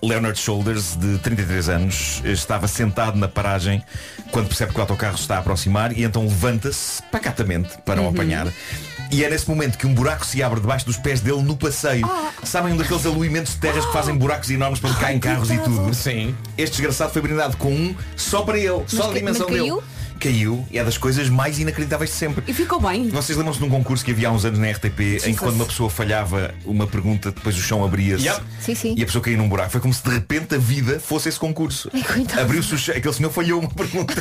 Leonard Shoulders, de 33 anos, estava sentado na paragem quando percebe que o autocarro se está a aproximar e então levanta-se pacatamente para Uhum. o apanhar. E é nesse momento que um buraco se abre debaixo dos pés dele no passeio. Ah. Sabem um daqueles aluimentos de terras que fazem buracos enormes para cair em carros e tudo? Sim. Este desgraçado foi brindado com um só para ele, só ca- a dimensão mas caiu? dele. Caiu e é das coisas mais inacreditáveis de sempre. E ficou bem. Vocês lembram-se de um concurso que havia há uns anos na RTP em Jesus. que quando uma pessoa falhava uma pergunta, depois o chão abria-se Sim, sim. e a pessoa caía num buraco. Foi como se de repente a vida fosse esse concurso. Ai, coitado. Abriu-se o chão. Aquele senhor falhou uma pergunta.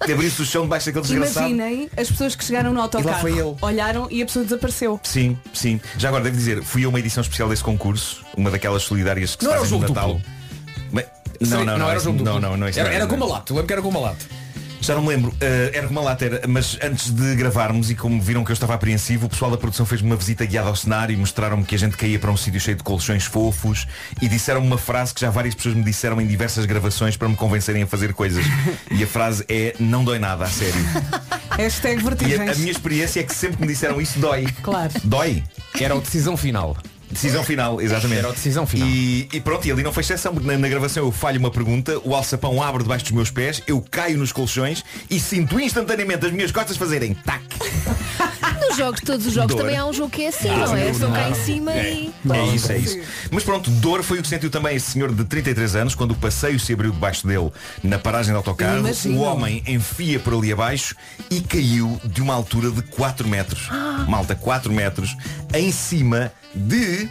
Abriu-se o chão debaixo daquele desgraçado. Imaginem as pessoas que chegaram no autocarro. foi ele. Olharam e a pessoa desapareceu. Sim, sim. Já agora devo dizer, fui a uma edição especial desse concurso, uma daquelas solidárias que Não se era fazem o no jogo Natal. Mas- Sim, Não, não, não era o esse- jogo duplo. não, não, não, esse Era- não era com não. uma lata, lembro que era com uma lata. Já não me lembro, Eh, era com uma lata, era, mas antes de gravarmos e como viram que eu estava apreensivo, o pessoal da produção fez-me uma visita guiada ao cenário e mostraram-me que a gente caía para um sítio cheio de colchões fofos e disseram-me uma frase que já várias pessoas me disseram em diversas gravações para me convencerem a fazer coisas. E a frase é não dói nada, a sério. Hashtag E vertigens. a, a minha experiência é que sempre que me disseram isso dói. Claro. Dói. Era o decisão final. Decisão final, exatamente. Era o decisão final. E, e pronto, e ali não foi exceção, porque na, na gravação eu falho uma pergunta, o alçapão abre debaixo dos meus pés, eu caio nos colchões e sinto instantaneamente as minhas costas fazerem tac. Nos jogos, todos os jogos Dor. também há um jogo que é assim, Ah, não é? sem dúvida. Estão cá em Ah, cima é. e. É isso, é isso. Mas pronto, dor foi o que sentiu também esse senhor de 33 anos quando o passeio se abriu debaixo dele na paragem de autocarro. Imagino. O homem enfia por ali abaixo e caiu de uma altura de 4 metros. Ah. Malta, 4 metros em cima de...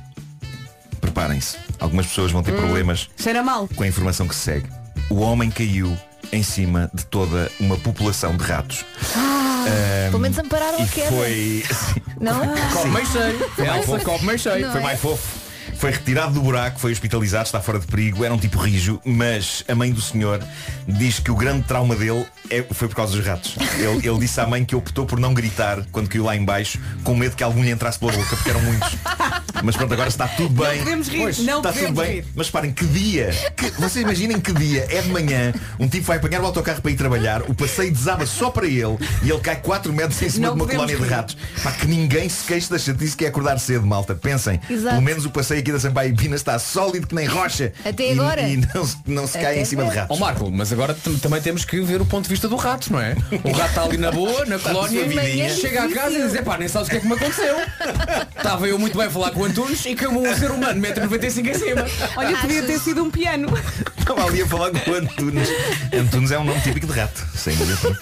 Preparem-se. Algumas pessoas Hum. vão ter problemas Cheira mal. com a informação que se segue. O homem caiu em cima de toda uma população de ratos. Ahm, Pelo menos ampararam e a queda. foi... Não? Sim. Foi mais fofo. Não Foi é? mais fofo. Foi retirado do buraco, foi hospitalizado, está fora de perigo, era um tipo rijo, mas a mãe do senhor diz que o grande trauma dele é- foi por causa dos ratos. Ele, ele disse à mãe que optou por não gritar quando caiu lá em baixo, com medo que algum lhe entrasse pela boca, porque eram muitos. Mas pronto, agora está tudo bem. podemos rir, não está podemos tudo bem. rir. Mas parem, que dia! Que- vocês imaginem que dia é de manhã, um tipo vai apanhar o autocarro para ir trabalhar, o passeio desaba só para ele e ele cai 4 metros em cima Não de uma podemos colónia de rir. ratos. Pá, que ninguém se queixe da chatice que é acordar cedo, malta. Pensem, Exato. pelo menos o passeio aqui da Sampaio Pina está sólido que nem rocha. Até E- agora. E, não, se- não É se cai Até em cima de agora. ratos. Ó Marco, mas agora tam- também temos que ver o ponto de vista do rato, não é? O rato está ali na boa, na Está colónia, Tá na sua vidinha. chega à casa e diz, pá, nem sabes o que é que me aconteceu. Estava eu muito bem a falar com o Antunes e caiu um ser humano, 1,95m em cima. Olha, Ah, podia ter sido um piano. Estava ali a falar com o Antunes. Antunes é um nome típico de rato, sem dúvida.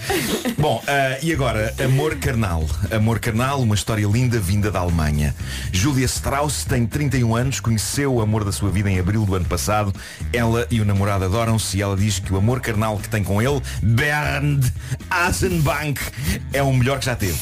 Bom, ah, e agora, Amor Carnal. Amor Carnal, uma história linda vinda da Alemanha. Julia Strauss tem 31 anos, conheceu o amor da sua vida em abril do ano passado. Ela e o namorado adoram-se e ela diz que o amor carnal que tem com ele, Bernd Asenbank, é o melhor que já teve.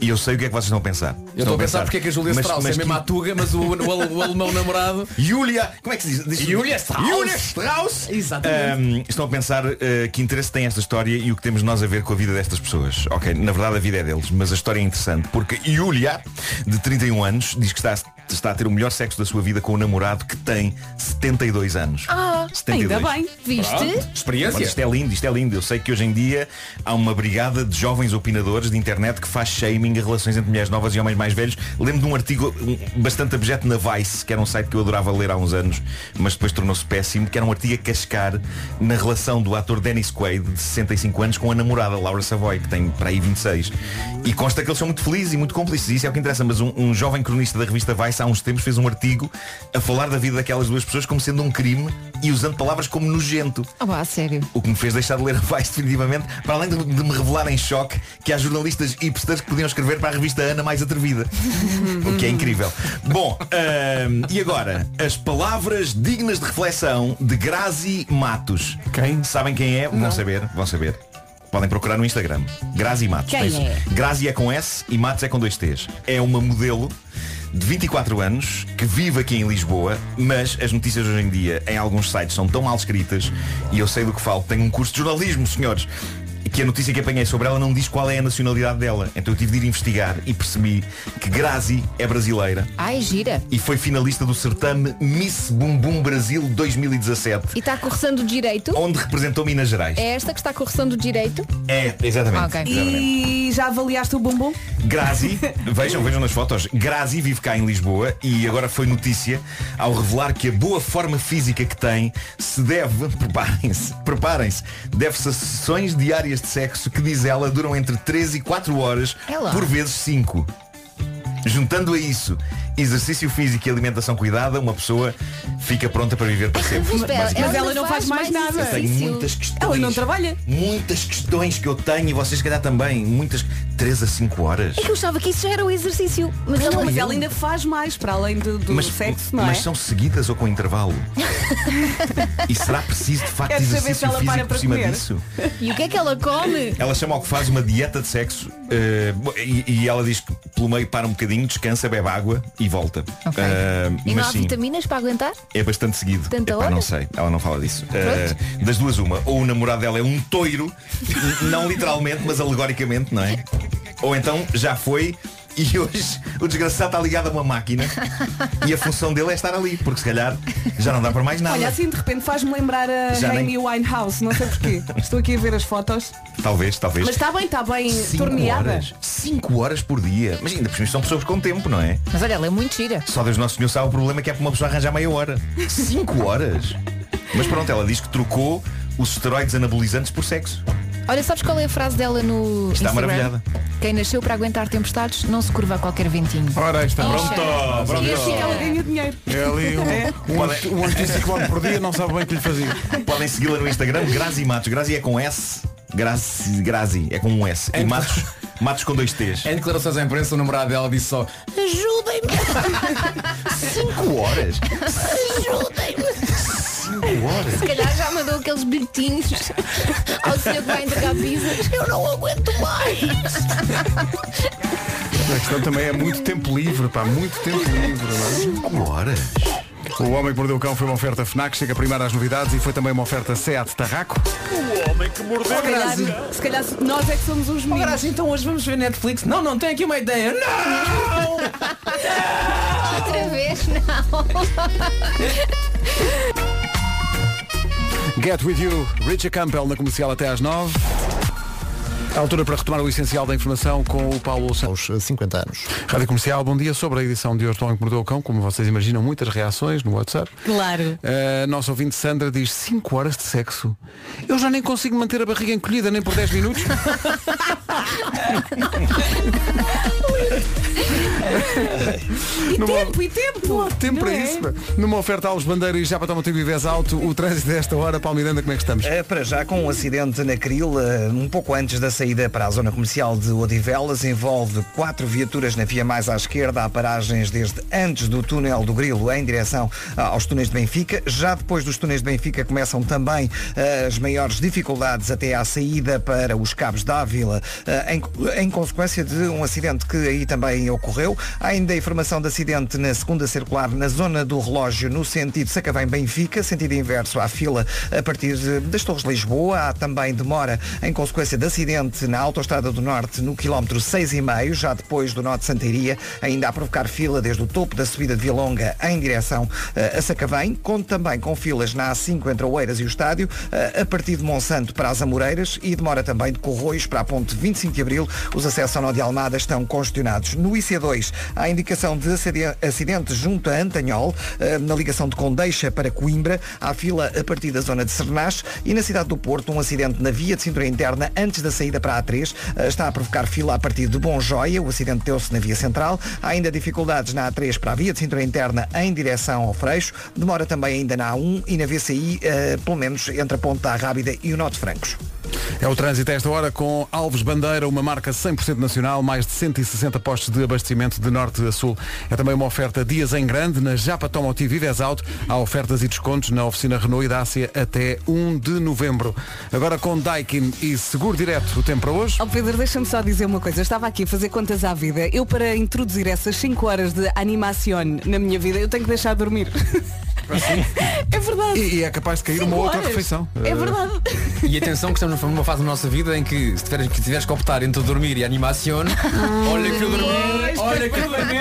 E eu sei o que é que vocês estão a pensar. Eu estou a pensar porque é que a Julia Mas- Strauss mas é mesmo que- a Tuga, mas o, o, al- o alemão namorado. Julia, como é que se diz? Diz- Julia Strauss. Julia Strauss. Exatamente. Ahm, estão a pensar ah, que interesse tem esta história e o que temos nós a ver com a vida destas pessoas. Ok, na verdade a vida é deles, mas a história é interessante porque Julia, de 31 anos, diz que está, a- está a ter o melhor sexo da sua vida com o namorado que tem 72 anos. Ah, 72. ainda bem. Viste? Experiência. Mas isto é lindo, isto é lindo. Eu sei que hoje em dia há uma brigada de jovens opinadores de internet que faz shaming a relações entre mulheres novas e homens mais velhos. Lembro de um artigo um, bastante abjeto na Vice, que era um site que eu adorava ler há uns anos, mas depois tornou-se péssimo, que era um artigo a cascar na relação do ator Dennis Quaid, de 65 anos, com a namorada Laura Savoy, que tem para aí 26. E consta que eles são muito felizes e muito cúmplices. Isso é o que interessa, mas um, um jovem cronista da revista Vice Vice há uns tempos fez um artigo a falar da vida daquelas duas pessoas como sendo um crime e usando palavras como nojento. Ah, pá, a sério. O que me fez deixar de ler a Vice definitivamente, para além de, de me revelar em choque que há jornalistas hipsters que podiam escrever para a revista Ana Mais Atrevida. o que é incrível. Bom, ahm, e agora, as palavras dignas de reflexão de Grazi Matos. Quem? Sabem quem é? Vão saber, vão saber. Podem procurar no Instagram. Grazi Matos. Quem Tem- é? Grazi é com S e Matos é com dois T's. É uma modelo de 24 anos que vive aqui em Lisboa, mas as notícias hoje em dia em alguns sites são tão mal escritas e eu sei do que falo. Tenho um curso de jornalismo, senhores. Que a notícia que apanhei sobre ela não diz qual é a nacionalidade dela. Então eu tive de ir investigar e percebi que Grazi é brasileira Ai, gira. e foi finalista do certame Miss Bumbum Brasil 2017, E está a correção do direito? onde representou Minas Gerais. É esta que está a correção do direito? É, exatamente. Ok. exatamente. E já avaliaste o bumbum? Grazi, vejam, vejam nas fotos, Grazi vive cá em Lisboa e agora foi notícia ao revelar que a boa forma física que tem se deve, preparem-se, preparem-se, deve-se a sessões diárias de sexo que, diz ela, duram entre 3 e 4 horas, É lá. por vezes 5. Juntando a isso, exercício físico e alimentação cuidada, uma pessoa fica pronta para viver para sempre. mas basicamente. ela não faz mais nada. Eu tenho muitas questões. Ela não trabalha. Muitas questões que eu tenho e vocês se calhar também, muitas 3 a 5 horas. É que eu achava que isso já era um exercício. Mas Mas, ela ela, ainda faz mais, para além do, do sexo, não mas é? são seguidas ou com intervalo? e será preciso de facto Quero saber exercício é se ela para para físico por cima comer. disso? E o que é que ela come? Ela chama ao que faz uma dieta de sexo eh, bo- e, e ela diz que pelo meio para um bocadinho, descansa, bebe água e volta. Eh, E não mas há sim, vitaminas para aguentar? é bastante seguido. Tanta Epá, hora? não sei, ela não fala disso. Eh, das duas uma, ou o namorado dela é um toiro, n- não literalmente, mas alegoricamente, não é? Ou então já foi e hoje o desgraçado está ligado a uma máquina e a função dele é estar ali, porque se calhar já não dá para mais nada. Olha, assim de repente faz-me lembrar a Já nem- Amy Winehouse, não sei porquê. Estou aqui a ver as fotos. Talvez, talvez. Mas está bem, está bem Cinco torneada. horas. 5 horas por dia. Mas ainda por cima são pessoas com tempo, não é? Mas olha, ela é muito gira. Só Deus Nosso Senhor sabe o problema que é para uma pessoa arranjar meia hora. 5 horas. Mas pronto, ela diz que trocou os esteroides anabolizantes por sexo. Olha, sabes qual é a frase dela no Está Instagram? maravilhada. Quem nasceu para aguentar tempestades não se curva a qualquer ventinho. Ora, está. Pronto, E assim ela ganha dinheiro. É ali um, um, anti- um anticiclone por dia, não sabe bem o que lhe fazia. é? Podem segui-la no Instagram, Grazi Matos. Grazi é com S. Grazi, Grazi é com um S. E Matos, Matos com dois T's. Em declarações à imprensa, o namorado dela disse só Ajudem-me! 5 horas. Ajudem-me! horas. Se calhar já mandou aqueles bilhetinhos ao senhor que vai entregar pizzas. Eu não aguento mais! A questão também é muito tempo livre, pá, muito tempo livre. Não é? horas. O Homem que Mordeu o Cão foi uma oferta FNAC, chega primeiro às novidades e foi também uma oferta SEAT Tarraco. O homem que mordeu. Se calhar, se calhar nós é que somos os meninos. Agora então hoje vamos ver Netflix. Não, não, tenho aqui uma ideia. Não! Outra vez não! Get With You, Richard Campbell na comercial até às 9. A altura para retomar o essencial da informação com o Paulo Santos. Aos 50 anos. Rádio Comercial, bom dia. Sobre a edição de hoje do Homem que Mordeu o Cão, como vocês imaginam, muitas reações no WhatsApp. Claro. A nossa ouvinte Sandra diz 5 horas de sexo. Eu já nem consigo manter a barriga encolhida nem por 10 minutos. E tempo, e tempo. Não é? há Tempo para isso. pá. Numa oferta aos bandeiros e já para tomar tempo e vez alto, o trânsito desta hora, Paulo Miranda, como é que estamos? Eh, para já, com um acidente na Cril, eh, um pouco antes da saída para a zona comercial de Odivelas, envolve quatro viaturas na via mais à esquerda. Há paragens desde antes do túnel do Grilo em direção ah, aos túneis de Benfica. Já depois dos túneis de Benfica começam também eh, as maiores dificuldades até à saída para os Cabos da Ávila, eh, em, em consequência de um acidente que aí também ocorreu. Há ainda a informação de acidente na segunda circular, na zona do relógio, no sentido Sacavém-Benfica, sentido inverso à fila a partir de- das Torres de Lisboa. Há também demora em consequência de acidente na Autostrada do Norte, no quilómetro 6,5, já depois do Norte de Santeiria, ainda a provocar fila desde o topo da subida de Vilonga em direção eh, a Sacavém. Conto também com filas na A5 entre Oeiras e o Estádio, eh, a partir de Monsanto para as Amoreiras e demora também de Corroios para a ponte 25 de Abril. Os acessos ao Nó de Almada estão congestionados. No IC2, há indicação de acide- acidente junto a Antanhol, eh, na ligação de Condeixa para Coimbra. Há fila a partir da zona de Sernás e na cidade do Porto, um acidente na via de cintura interna antes da saída para para a A3. eh, Está a provocar fila a partir de Bom Joia. O acidente deu-se na via central. Há ainda dificuldades na A3 para a via de cintura interna em direção ao Freixo. Demora também ainda na A1 e na VCI, eh, pelo menos entre a Ponta da Rábida e o Norte Francos. É o trânsito a esta hora com Alves Bandeira, uma marca 100% nacional, mais de 160 postos de abastecimento de norte a sul. É também uma oferta dias em grande na Japa Tomotivo e Vesalto. Há ofertas e descontos na oficina Renault e Dácia até 1 de novembro. Agora com Daikin e Seguro Direto, o tempo para hoje. Ó Pedro, deixa-me só dizer uma coisa. Eu estava aqui a fazer contas à vida. Eu, para introduzir essas 5 horas de animação na minha vida, eu tenho que deixar dormir. Ah, É verdade. E, e é capaz de cair uma Cinco outra horas. refeição. É Eh, verdade. E atenção que estamos numa fase da nossa vida em que se tiveres que, tiveres que optar entre dormir e animação, Ah, olha que eu dormi, olha que eu dormi.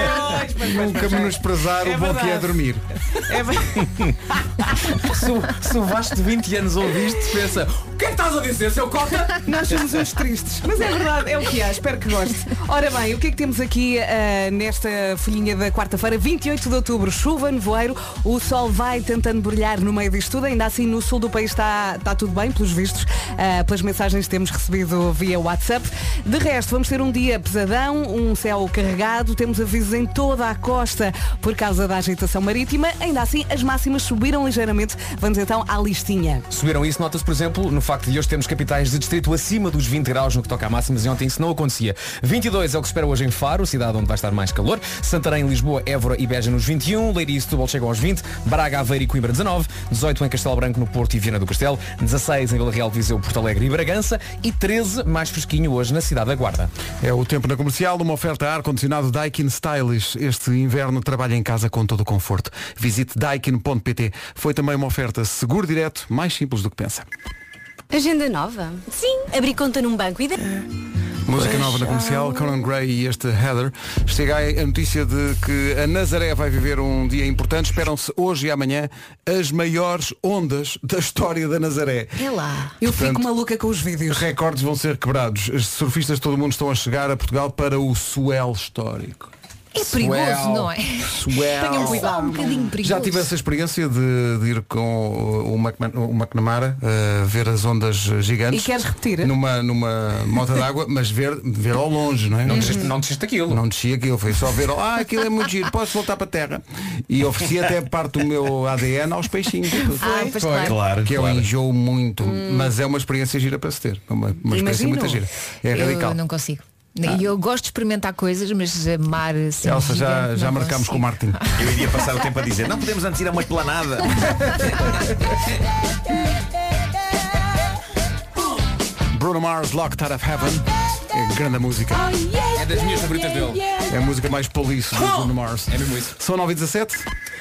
Nunca é. menosprezar o bom que é dormir. se, se o Vasco de 20 anos ouviste, pensa, o que é que estás a dizer, seu cota? Nós somos uns tristes. Mas é verdade, é o que há. Espero que goste. Ora bem, o que é que temos aqui ah, nesta folhinha da quarta-feira, 28 de outubro? Chuva, nevoeiro, o sol vai tentando brilhar no meio disto tudo. Ainda assim, no sul do país está, está tudo bem, pelos vistos, ah, pelas mensagens que temos recebido via WhatsApp. De resto, vamos ter um dia pesadão, um céu carregado, temos avisos em toda a costa por causa da agitação marítima. Ainda assim, as máximas subiram ligeiramente. Vamos então à listinha. Subiram isso, nota-se, por exemplo, no facto de hoje termos capitais de distrito acima dos 20 graus no que toca a máximas e ontem isso não acontecia. 22 é o que se espera hoje em Faro, cidade onde vai estar mais calor. Santarém, Lisboa, Évora e Beja nos 21. Leiria e Setúbal chegam aos 20. Braga, Aveiro e Coimbra 19. 18 em Castelo Branco, no Porto e Viana do Castelo. 16 em Vila Real, Viseu, Porto Alegre e Bragança. E 13 mais fresquinho hoje na cidade da Guarda. É o tempo na comercial, uma oferta a ar-condicionado Daikin Stylish. Este inverno trabalha em casa com todo o conforto. Visite daikin.pt. Foi também uma oferta seguro direto, mais simples do que pensa. Agenda nova? Sim. Abri conta num banco e... Música nova na Ah. comercial, Conan Gray e este Heather. Chega aí a notícia de que a Nazaré vai viver um dia importante. Esperam-se hoje e amanhã as maiores ondas da história da Nazaré. É lá. Eu Portanto, fico maluca com os vídeos. Os recordes vão ser quebrados. Os surfistas de todo o mundo estão a chegar a Portugal para o suel histórico. É perigoso, não é? Swell. Tenham cuidado. um bocadinho perigoso. Já tive essa experiência de, de ir com o, Mac, o McNamara eh, ver as ondas gigantes. E queres repetir? Numa, numa mota d'água, mas ver, ver ao longe, não é? Não desiste, não desiste aquilo. Não desci aquilo, foi só ver, ah, aquilo é muito giro, posso voltar para a terra. E ofereci até parte do meu ADN aos peixinhos. Ah, pois claro. Claro, que eu claro. enjoo muito, mas é uma experiência gira para se ter. É Uma, uma experiência Imagino. muito gira. É eu radical. Ah. não consigo. E Eu gosto de experimentar coisas, mas amar assim. Elsa, já, gigante, já não marcámos com o consigo. Martin. Eu iria passar o tempo a dizer, não podemos antes ir a uma esplanada. Bruno Mars, Locked Out of Heaven. É grande música. É das minhas favoritas dele. É a música mais police do Bruno Mars. É mesmo isso. São 9 e 17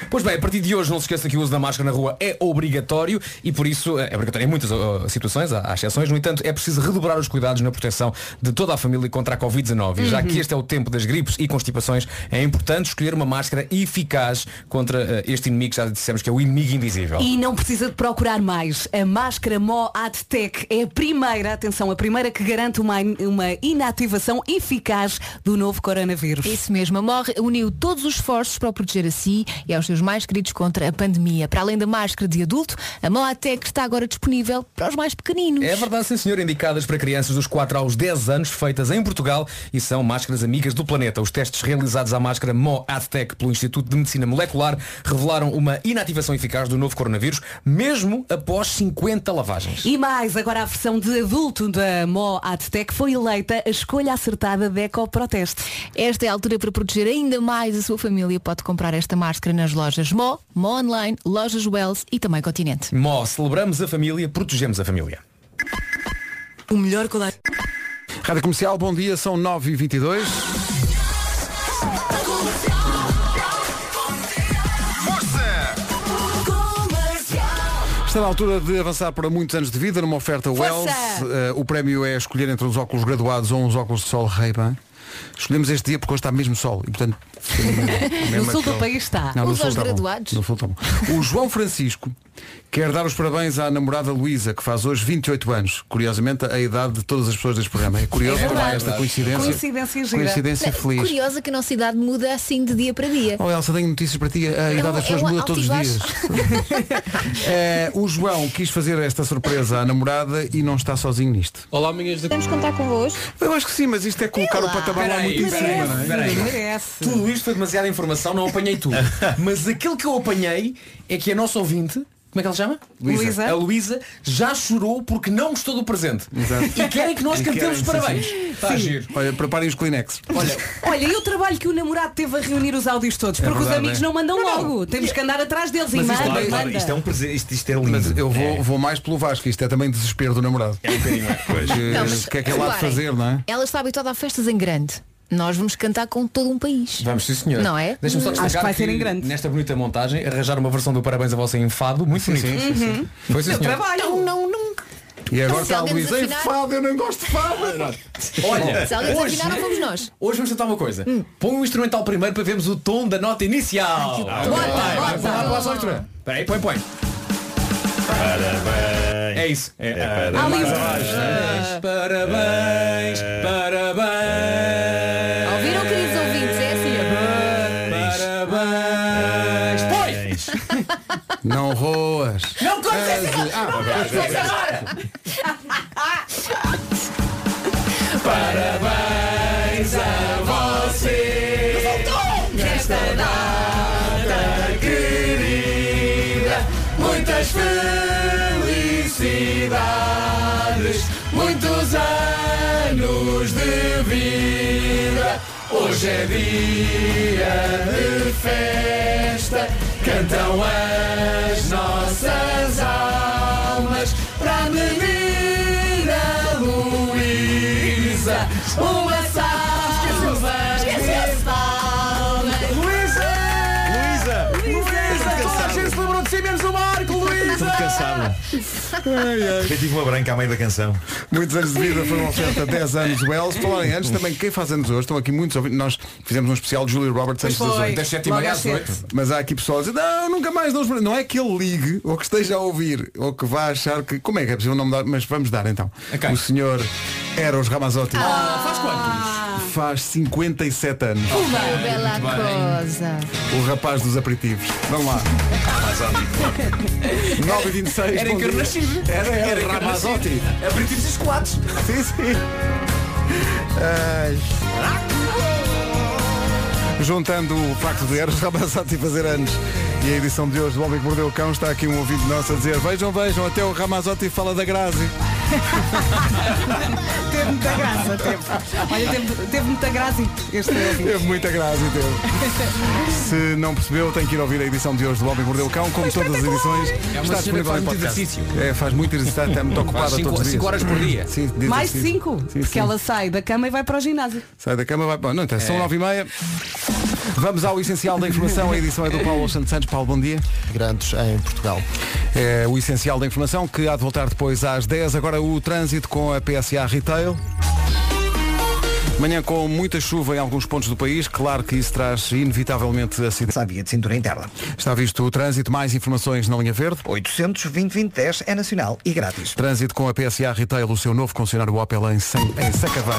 Pois bem, a partir de hoje não se esqueça que o uso da máscara na rua é obrigatório e por isso eh, é obrigatório em muitas oh, situações, há, há exceções, no entanto é preciso redobrar os cuidados na proteção de toda a família contra a Covid-19. E Já Uhum. que este é o tempo das gripes e constipações, é importante escolher uma máscara eficaz contra eh, este inimigo que já dissemos que é o inimigo invisível. E não precisa de procurar mais. A máscara Mo Adtech é a primeira, atenção, a primeira que garante uma, uma inativação eficaz do novo coronavírus. Isso mesmo, a MOR uniu todos os esforços para o proteger a si e aos seus mais queridos contra a pandemia. Para além da máscara de adulto, a Moatec está agora disponível para os mais pequeninos. É verdade, sim senhor, indicadas para crianças dos 4 aos 10 anos, feitas em Portugal e são máscaras amigas do planeta. Os testes realizados à máscara Mo Aztec pelo Instituto de Medicina Molecular revelaram uma inativação eficaz do novo coronavírus, mesmo após 50 lavagens. E mais, agora a versão de adulto da Mo Adtech foi eleita a escolha acertada da Ecoproteste. Esta é a altura para proteger ainda mais a sua família. Pode comprar esta máscara nas lojas Mo, Mo Online, lojas Wells e também Continente. Mo, celebramos a família, protegemos a família. O melhor colar. Rádio Comercial, bom dia, são 9 e 22 Está na altura de avançar para muitos anos de vida numa oferta Wells. Eh, o prémio é escolher entre uns óculos graduados ou uns óculos de sol Ray-Ban. Escolhemos este dia porque hoje está mesmo sol e portanto No mesmo sul do aquele- país está. Não, no Os sul aos está bom. graduados. No sul está bom. O João Francisco Quero dar os parabéns à namorada Luísa, que faz hoje 28 anos. Curiosamente, a idade de todas as pessoas deste programa. É curioso É também verdade. esta coincidência. Coincidência gira. Coincidência Não, feliz. Curiosa que a nossa idade muda assim de dia para dia. Oh Elsa, tenho notícias para ti. A idade um- das pessoas é um muda todos os dias. altibaixo. Eh, o João quis fazer esta surpresa à namorada e não está sozinho nisto. Olá, minhas Podemos contar convosco? Eu acho que sim, mas isto é colocar o patamar lá muito em cima, não é? Tudo isto foi demasiada informação, não apanhei tudo. Mas aquilo que eu apanhei é que a nossa ouvinte, como é que ela se chama? Luísa. Luísa. A Luísa já chorou porque não gostou do presente. Exato. E querem que nós E cantemos querem, sim, parabéns. sim. Está a giro. Olha, preparem os Kleenex. Olha, e o trabalho que o namorado teve a reunir os áudios todos, É porque os verdade, amigos é? não mandam logo. Temos que andar atrás deles e Mas manda, isto também- manda. presente, isto, é lindo. Mas eu vou, vou mais pelo Vasco, isto é também desespero do namorado. É um bocadinho, pois. Não, mas O que é que ele há de reparem, fazer, não é? Ela está habituada a festas em grande. Nós vamos cantar com todo um país. Vamos, sim senhor. Não é? Deixa-me só Acho que destacar vai ser em grande. nesta bonita montagem, arranjar uma versão do Parabéns a Você em fado, muito bonito. sim, sim. Uhum. Foi sim, senhor. Não, não, nunca. assim, E agora Se está a alguém Luísa em desafinar- eu não gosto de fada. Olha, Se alguém hoje, desafinar, não fomos nós. hoje vamos tentar uma coisa. Hum. Põe o instrumental primeiro para vermos o tom da nota inicial. Ah, ok. Bota, Vai, bota. vai, vai, vai, vai, vai. Espera aí, põe, põe. Parabéns. É isso. É, parabéns. Parabéns, parabéns, parabéns. Ouviram, queridos ouvintes? É assim. Parabéns. Não roas. Não cortes essa Ah, não ok, cortes ok, essa ok. Parabéns a você nesta data querida. Muitas felicidades, muitos anos de vida. Hoje é dia de festa. Cantam as nossas almas para a menina um- Luísa. Uma salva de palmas. Luísa! Luísa! Luísa! Toda a gente se lembrou de si menos o Marco, Luísa! cansado. Eu tive uma branca à meio da canção. Muitos anos de vida foram oferta 10 anos do Wells. Falarem anos também, quem faz anos hoje? Estão aqui muitos ouvintes. Nós fizemos um especial de Julia Roberts Pois antes das foi. 8. Das sete e meia Logo às às sete. oito. Mas há aqui pessoal a dizer, não, nunca mais dou os Não é que ele ligue, ou que esteja a ouvir, ou que vá achar que. Como é que é possível não me dar? Mas vamos dar então. O senhor Eros Ramazotti. Ah. faz quantos? Faz 57 anos. Uma bela coisa. O rapaz dos aperitivos. Vamos lá. 9 e 26 Era encarnascido. Era, era, Era É encarnascido. Ramazotti. Aperitivos e chocolates. Sim, sim. Ai. Juntando o facto de Eros Ramazotti fazer anos e a edição de hoje do Homem que Mordeu o Cão, está aqui um ouvinte nosso a dizer vejam, vejam, até o Ramazotti fala da Grazi. Teve muita graça, teve. Olha, teve, teve muita graça este é ouvinte. Teve muita graça, teve. Se não percebeu, tem que ir ouvir a edição de hoje do Homem que Mordeu o Cão, como todas as edições. É uma senhora está que disponível faz em muito podcast. exercício. É, faz muito exercício, está muito ocupada cinco- todos os dias. cinco horas por dia. Sim, diz Mais assim. cinco, porque sim. ela sai da cama e vai para o ginásio. Sai da cama, vai para. Não, então, são nove e meia. Vamos ao essencial da informação. A edição é do Paulo Santos Santos. Paulo, bom dia. Grandes em Portugal. É o essencial da informação que há de voltar depois às 10. Agora o trânsito com a PSA Retail. Manhã com muita chuva em alguns pontos do país, claro que isso traz inevitavelmente acidentes. Sabia é de cintura interna. Está visto o trânsito, mais informações na linha verde. 800 é nacional e grátis. Trânsito com a PSA Retail, o seu novo concessionário Opel em, Sem, em Sacavém.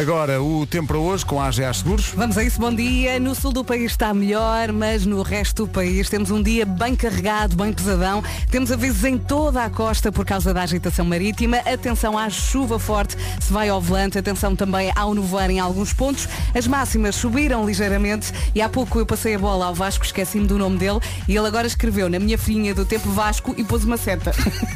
Agora o tempo para hoje com a AGA Seguros. Vamos a isso, bom dia. No sul do país está melhor, mas no resto do país temos um dia bem carregado, bem pesadão. Temos avisos em toda a costa por causa da agitação marítima. Atenção à chuva forte se vai ao volante. Atenção também ao nevoeiro em alguns pontos. As máximas subiram ligeiramente e há pouco eu passei a bola ao Vasco, esqueci-me do nome dele e ele agora escreveu na minha filhinha do tempo Vasco e pôs uma seta.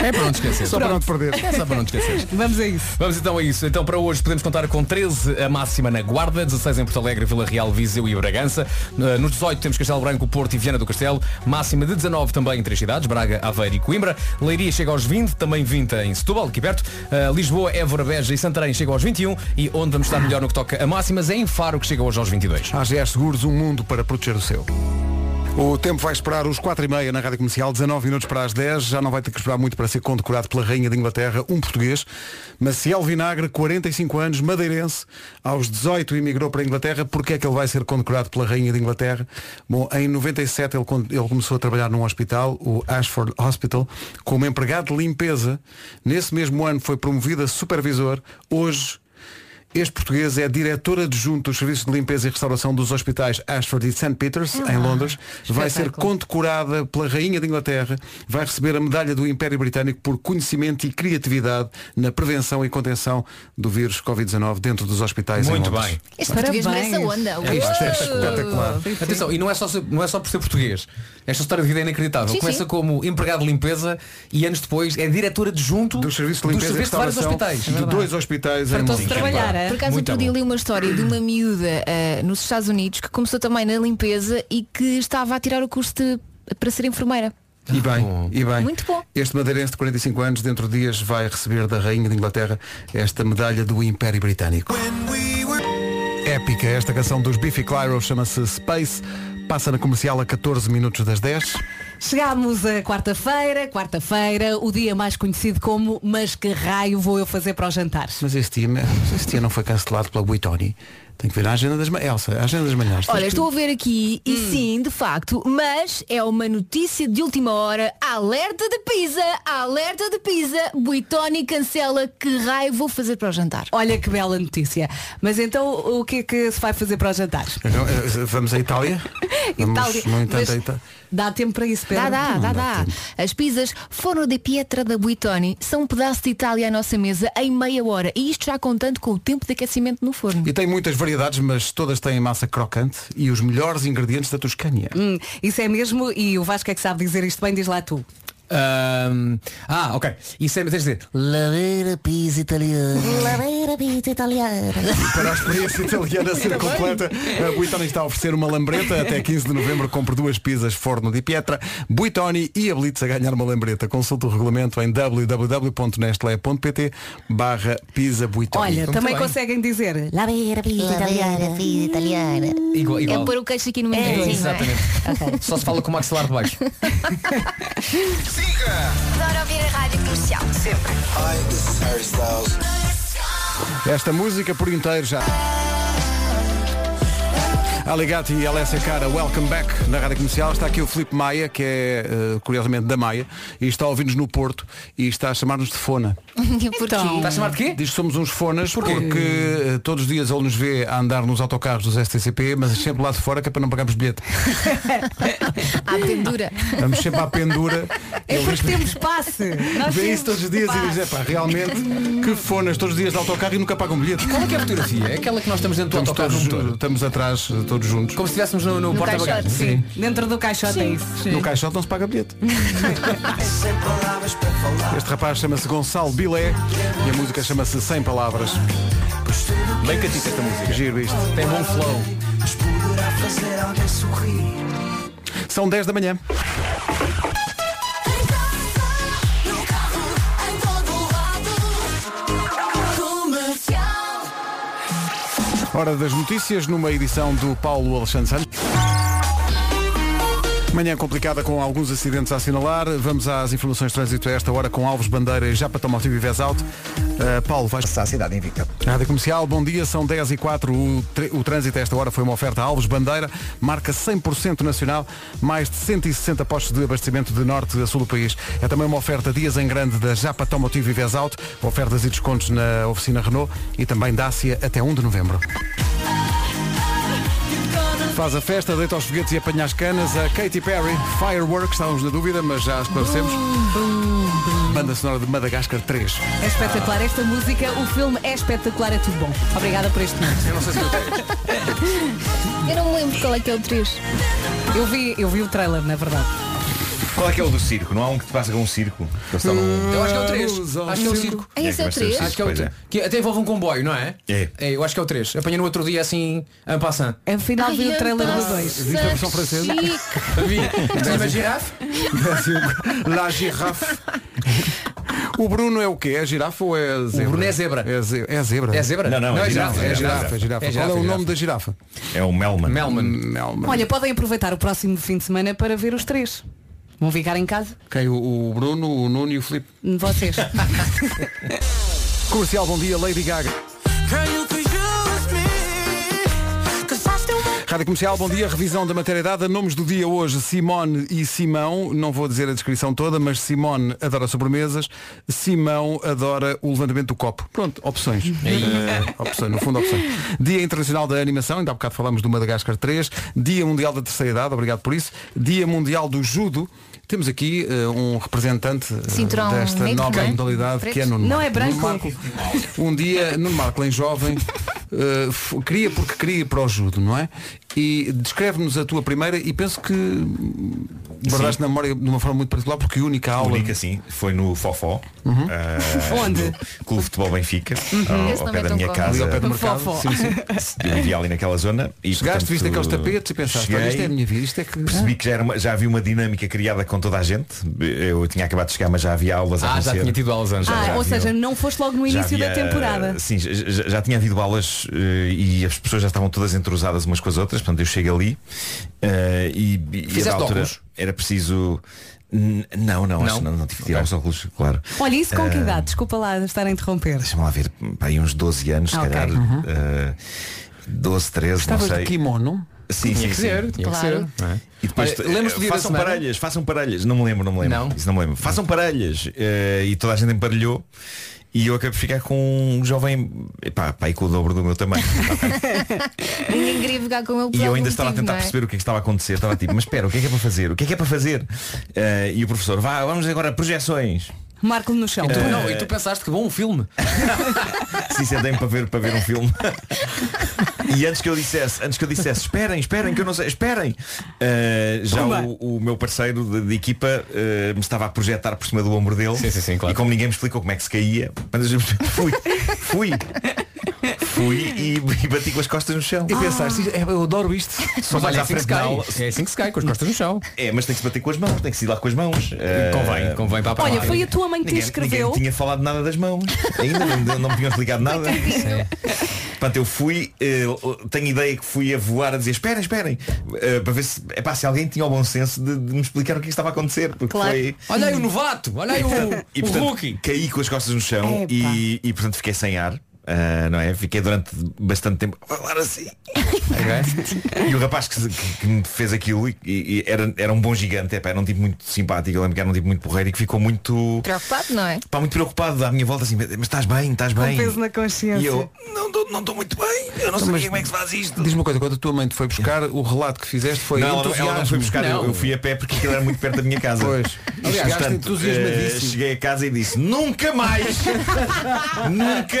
É para não te esquecer. Só para não te perder. É só para não te esquecer. Vamos a isso. Vamos então a isso. Então para hoje podemos contar com 13 a máxima na Guarda, 16 em Porto Alegre, Vila Real, Viseu e Bragança. Eh, Nos 18 temos Castelo Branco, Porto e Viana do Castelo. Máxima de 19 também em três cidades, Braga, Aveiro e Coimbra. Leiria chega aos 20, também 20 em Setúbal, aqui perto. Eh, Lisboa, Évora, Beja e Santarém chega aos 21 e onde vamos estar melhor no que toca a máximas é em Faro, que chega hoje aos 22. AGA Seguros, um mundo para proteger o seu. O tempo vai esperar os 4h30 na Rádio Comercial, 19 minutos para as 10, já não vai ter que esperar muito para ser condecorado pela Rainha da Inglaterra, um português. Maciel Vinagre, 45 anos, madeirense, aos 18 emigrou para a Inglaterra. Porquê é que ele vai ser condecorado pela Rainha da Inglaterra? Bom, em 97 ele, con- ele começou a trabalhar num hospital, o Ashford Hospital, como empregado de limpeza. Nesse mesmo ano foi promovido a supervisor. Hoje este português é diretor adjunto dos serviços de limpeza e restauração dos hospitais Ashford e St. Peter's, em Londres. Vai ser condecorada pela Rainha da Inglaterra. Vai receber a medalha do Império Britânico por conhecimento e criatividade na prevenção e contenção do vírus Covid-19 dentro dos hospitais Muito em Londres. bem. Este português Parabéns. merece a onda. É isto, é Uou! espetacular. Atenção, e não é, só, ser- não é só por ser português. Esta história de vida é inacreditável. Sim, Começa sim. como empregado de limpeza e anos depois é diretora adjunto do serviço de limpeza e vários restauração hospitais. de É verdade. dois hospitais em Fartou-se Londres. de trabalhar, é? Por acaso Muito outro dia bom. li uma história de uma miúda ah, nos Estados Unidos que começou também na limpeza e que estava a tirar o curso de- para ser enfermeira. E bem, e bem. Muito bom. Este madeirense de 45 anos, dentro de dias, vai receber da Rainha de Inglaterra esta medalha do Império Britânico. Épica, esta canção dos Biffy Clyro chama-se Space, passa na comercial a 14 minutos das 10. Chegámos a quarta-feira, quarta-feira, o dia mais conhecido como Mas que raio vou eu fazer para o jantar? Mas este dia, este dia não foi cancelado pela Buitoni. Tem que ver a agenda das manhãs. Elsa, a agenda das manhãs. Olha, estou a ver aqui e Hum. sim, de facto, mas é uma notícia de última hora. Alerta de Pisa, alerta de Pisa, Buitoni cancela que raio vou fazer para o jantar. Olha que bela notícia. Mas então o que é que se vai fazer para o jantar? Então, eh, Vamos à Itália? Itália, Vamos, no entanto, mas- à Itália. Dá tempo para isso, Pedro? Dá, dá, dá, dá. As pizzas foram de Pietra da Buitoni. São um pedaço de Itália à nossa mesa em meia hora. E isto já contando com o tempo de aquecimento no forno. E tem muitas variedades, mas todas têm massa crocante e os melhores ingredientes da Toscânia. Hum, isso é mesmo, e o Vasco é que sabe dizer isto bem, diz lá tu. Ahm, ah, ok. Isso é, tens de dizer. Lareira pizza italiana. Lareira pizza italiana. Para a experiência italiana ser completa, a Buitoni está a oferecer uma lambreta. Até 15 de novembro compre duas pizzas forno de Pietra. Buitoni e habilite-se a ganhar uma lambreta. Consulte o regulamento em www.nestlé.pt barra pizza Buitoni. Olha, também conseguem dizer Lareira pizza italiana. italiana. Igual, igual. É pôr o queixo aqui no meio. da É, cozinha, não é? exatamente. Só se fala com o maxilar de baixo. Adoro ouvir a rádio comercial. Sempre. Esta música por inteiro já. Aligati e Alessia Cara, welcome back na Rádio Comercial. Está aqui o Filipe Maia, que é, eh, curiosamente, da Maia, e está a ouvir-nos no Porto e está a chamar-nos de fona. Então, Está a chamar de quê? Diz que somos uns fonas porque eh, todos os dias ele nos vê a andar nos autocarros dos STCP, mas sempre lá de fora que é para não pagarmos bilhete. À pendura. Vamos sempre à pendura. É porque temos passe. Nós Vê temos isso todos os dias e passe. diz, é pá, realmente, que fonas, todos os dias de autocarro e nunca pagam bilhete. Qual é que é a fotografia? É aquela que nós estamos dentro do autocarro no Todos, estamos atrás, eh, todos juntos. Como se estivéssemos no, no No porta-bagagens. caixote, sim. Dentro do caixote é isso. No caixote não se paga bilhete. Este rapaz chama-se Gonçalo Bilé e a música chama-se Sem Palavras. Bem catica esta música. Giro isto. Tem bom flow. Poderá fazer alguém sorrir. São 10 da manhã. Hora das notícias numa edição do Paulo Alexandre Santos. Manhã complicada com alguns acidentes a assinalar. Vamos às informações de trânsito a esta hora com Alves Bandeira e Japa Tomotivo e Vez Alto. Uh, Paulo, vais passar a cidade invicta. Rádio Comercial, bom dia, são 10 e 04 O, tr- o trânsito a esta hora foi uma oferta a Alves Bandeira, marca 100% nacional, mais de 160 postos de abastecimento de norte a sul do país. É também uma oferta dias em grande da Japa Tomotivo e Vez Alto, ofertas e descontos na oficina Renault e também Dácia até 1 de novembro. Faz a festa, deita aos foguetes e apanha as canas. A Katy Perry, Fireworks, estávamos na dúvida, mas já esclarecemos. Banda sonora de Madagascar 3. É espetacular esta música, o filme é espetacular, é tudo bom. Obrigada por este momento. Eu não sei se eu Eu não me lembro qual é que é o três. Eu vi, eu vi o trailer, na verdade. Qual é que é o do circo? Não há um que te passa com um circo? Que eles estão num- Eu acho que é o 3. Acho que é o circo. É, esse é o três? Acho que é o Pois é. 3. Que até envolve um comboio, não é? É. Eu acho que é o 3. Apanhei no outro dia assim, en passant. É Afinal Ai, vi o trailer do nossa, 2. Viste a versão francesa? chique. Então, Então, Vi. Tens uma girafa? La girafe. O Bruno é o quê? É girafa ou é zebra? O Bruno é zebra. É, ze é zebra? É zebra? Não, não, é, girafa, É girafa, é girafa. Qual é o nome da girafa? É o Melman. Melman. Olha, podem aproveitar o próximo fim de semana para ver os três. Vão ficar em casa? Quem? O, o Bruno, o Nuno e o Filipe. Vocês. Comercial, bom dia, Lady Gaga. Rádio Comercial, bom dia. Revisão da matéria dada. Nomes do dia hoje, Simone e Simão. Não vou dizer a descrição toda, mas Simone adora sobremesas, Simão adora o levantamento do copo. Pronto, opções. Eh, opções, no fundo opções. Dia Internacional da Animação, ainda há bocado falámos do Madagascar 3. Dia Mundial da Terceira Idade, obrigado por isso. Dia Mundial do Judo. Temos aqui eh, um representante eh, Cinturão desta negro, nova não é? modalidade que é Preto. no Não é branco? Ah, um dia, Nuno Marco, em jovem, eh, f- queria porque queria para o judo, não é? E descreve-nos a tua primeira e penso que hum, guardaste na memória de uma forma muito particular porque única aula. Única, sim. assim, Foi no Fofó. Uhum. ah, Onde? no Clube de Futebol Benfica. Uhum. ao- Esse Ao, não pé é da tão minha cómodo. casa. Ali ao pé do mercado. Fofó. Sim, sim. Eu vivia ali naquela zona. E, Chegaste, viste aqueles tapetes e pensaste, cheguei, "Olha, isto é a minha vida, isto é que. Percebi que já, era uma- já havia uma dinâmica criada com toda a gente. Eu tinha acabado de chegar, mas já havia aulas a Ah, já acontecer. tinha tido aulas antes. Já- Ah, já ou havia- seja, não foste logo no já início da havia- eh, temporada. Sim, já, já- já tinha havido aulas eh, e as pessoas já estavam todas entrosadas umas com as outras, portanto eu chego ali eh, e, e a Fizeste da altura óculos? era preciso. N- Não, não, acho Não? que não, não tive que tirar os óculos, claro. Olha, isso com que Eh, idade? Desculpa lá estar a interromper. Deixa-me lá ver, pá, aí uns 12 anos, se Ah, ok. calhar. Uhum. eh, 12, 13, não Estavas de sei. kimono? Sim, Tinha sim, que sim. ser, tinha que Claro. ser. E depois um Olha, lembras-te do dia da é? façam semana? parelhas, façam parelhas. Não me lembro, não me lembro. Não? Isso não me lembro. Façam parelhas. Eh, e toda a gente emparelhou. E eu acabei de ficar com um jovem epá, pá, aí com o dobro do meu tamanho. Ninguém queria ficar com ele por E eu algum ainda estava a motivo, tentar não é? perceber o que é que estava a acontecer. Estava tipo, mas espera, o que é que é para fazer? O que é que é para fazer? Eh, e o professor, vá, vamos agora a projeções. Marco-me no chão. E tu- Eh, não, e tu pensaste que bom um filme. Sim, sentei-me para ver, para ver um filme. E antes que eu dissesse, antes que eu dissesse, esperem, esperem, que eu não sei, esperem. eh, já Pumba. o, o meu parceiro de, de equipa eh, me estava a projetar por cima do ombro dele. E como ninguém me explicou como é que se caía, mas eu fui, fui. Fui e, e bati com as costas no chão. E Ah. pensaste, "É, eu adoro isto. Só mais à frente na aula. É assim que se cai, com as costas no chão. É, mas tem que se bater com as mãos, tem que se ir lá com as mãos. Eh, Convém, convém para Olha, foi a tua mãe que te Ninguém- escreveu. Ninguém tinha falado nada das mãos. Ainda não, não me tinham explicado nada. Portanto, eu fui, eh, tenho ideia que fui a voar a dizer esperem, esperem, eh, para ver se, epá, se alguém tinha o bom senso de, de me explicar o que é que estava a acontecer. Porque foi... Olha aí o novato, olha aí o, E, o portanto, rookie. Caí com as costas no chão e, e, portanto fiquei sem ar. ah, não é? Fiquei durante bastante tempo a falar assim. E o rapaz que, se- que- que me fez aquilo e, e- e era, era um bom gigante, epá, era um tipo muito simpático, eu lembro que era um tipo muito porreiro e que ficou muito, Preocupado, não é? pá, muito preocupado à minha volta assim, mas estás bem, estás bem. na consciência. E eu, não estou não estou muito bem, eu não Então, sei mas- como é que se faz isto. É. Diz-me uma coisa, quando a tua mãe te foi buscar, o relato que fizeste foi não, ela, ela não foi entusiasmo. buscar, Eu, eu fui a pé porque aquilo era muito perto da minha casa. Pois. Aliás, Portanto, entusiasmadíssimo. eh, cheguei a casa e disse, nunca mais, nunca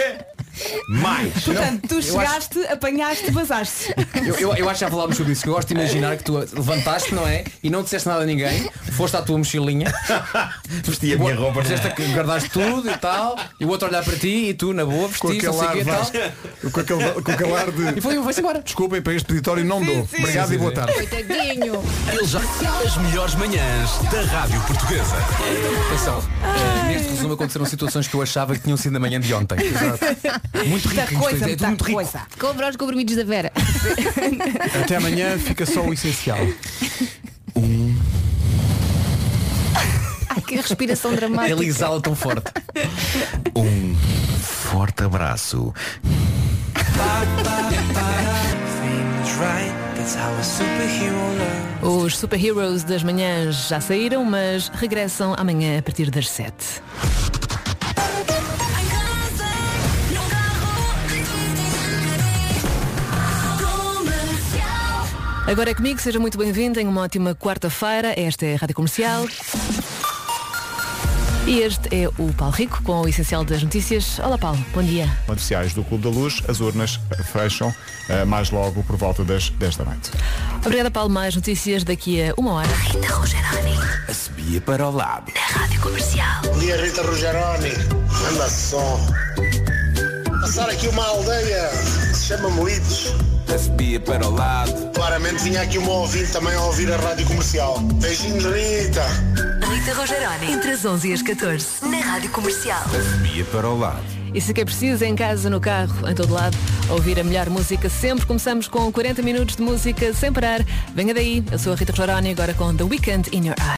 mais. Portanto, tu Eu chegaste, apanhaste, vazaste. Eu, eu, eu acho que já falámos sobre isso, que eu gosto de imaginar que tu levantaste, não é? E não disseste nada a ninguém, foste à tua mochilinha, vesti a minha roupa, não é? fizeste que guardaste tudo e tal, e o outro olhar para ti e tu na boa eh, com vestiste, assim aquele não sei o é quê e tal. ar, vais- com aquele, com aquele ar de. E foi, vai-se embora. Desculpem para este peditório, não dou. Obrigado e boa tarde. Coitadinho. Ele já as melhores manhãs da Rádio Portuguesa. Atenção, eh, neste resumo aconteceram situações que eu achava que tinham sido na manhã de ontem. Muito rico isto, é tudo muito rico. Cobra os comprimidos da Vera. Até amanhã fica só o essencial. Ai, que respiração dramática. Elizá-la tão forte. Um forte abraço. Os superheroes das manhãs já saíram, mas regressam amanhã a partir das 7. Agora é comigo, seja muito bem-vindo, tenha uma ótima quarta-feira. Esta é a Rádio Comercial. E este é o Paulo Rico com o essencial das notícias. Olá Paulo, bom dia. Oficiais do Clube da Luz, as urnas eh, fecham eh, mais logo por volta das 10 da noite. Obrigada Paulo, mais notícias daqui a uma hora. Rita Rogerani, A subia para o lado. é Rádio Comercial. Lia Rita Rogeroni, anda som. Passar aqui uma aldeia que se chama Moides. A subia para o lado. Claramente vinha aqui um bom ouvinte também a ouvir a rádio comercial. Beijinhos, Rita. Rita Rogeroni. Entre as 11 e as 14. Na Rádio Comercial. Fobia para o lado. Isso é que é preciso, em casa, no carro, em todo lado, ouvir a melhor música sempre. Começamos com 40 minutos de música sem parar. Venha daí, eu sou a Rita Rogeroni, agora com The Weekend in Your Eyes.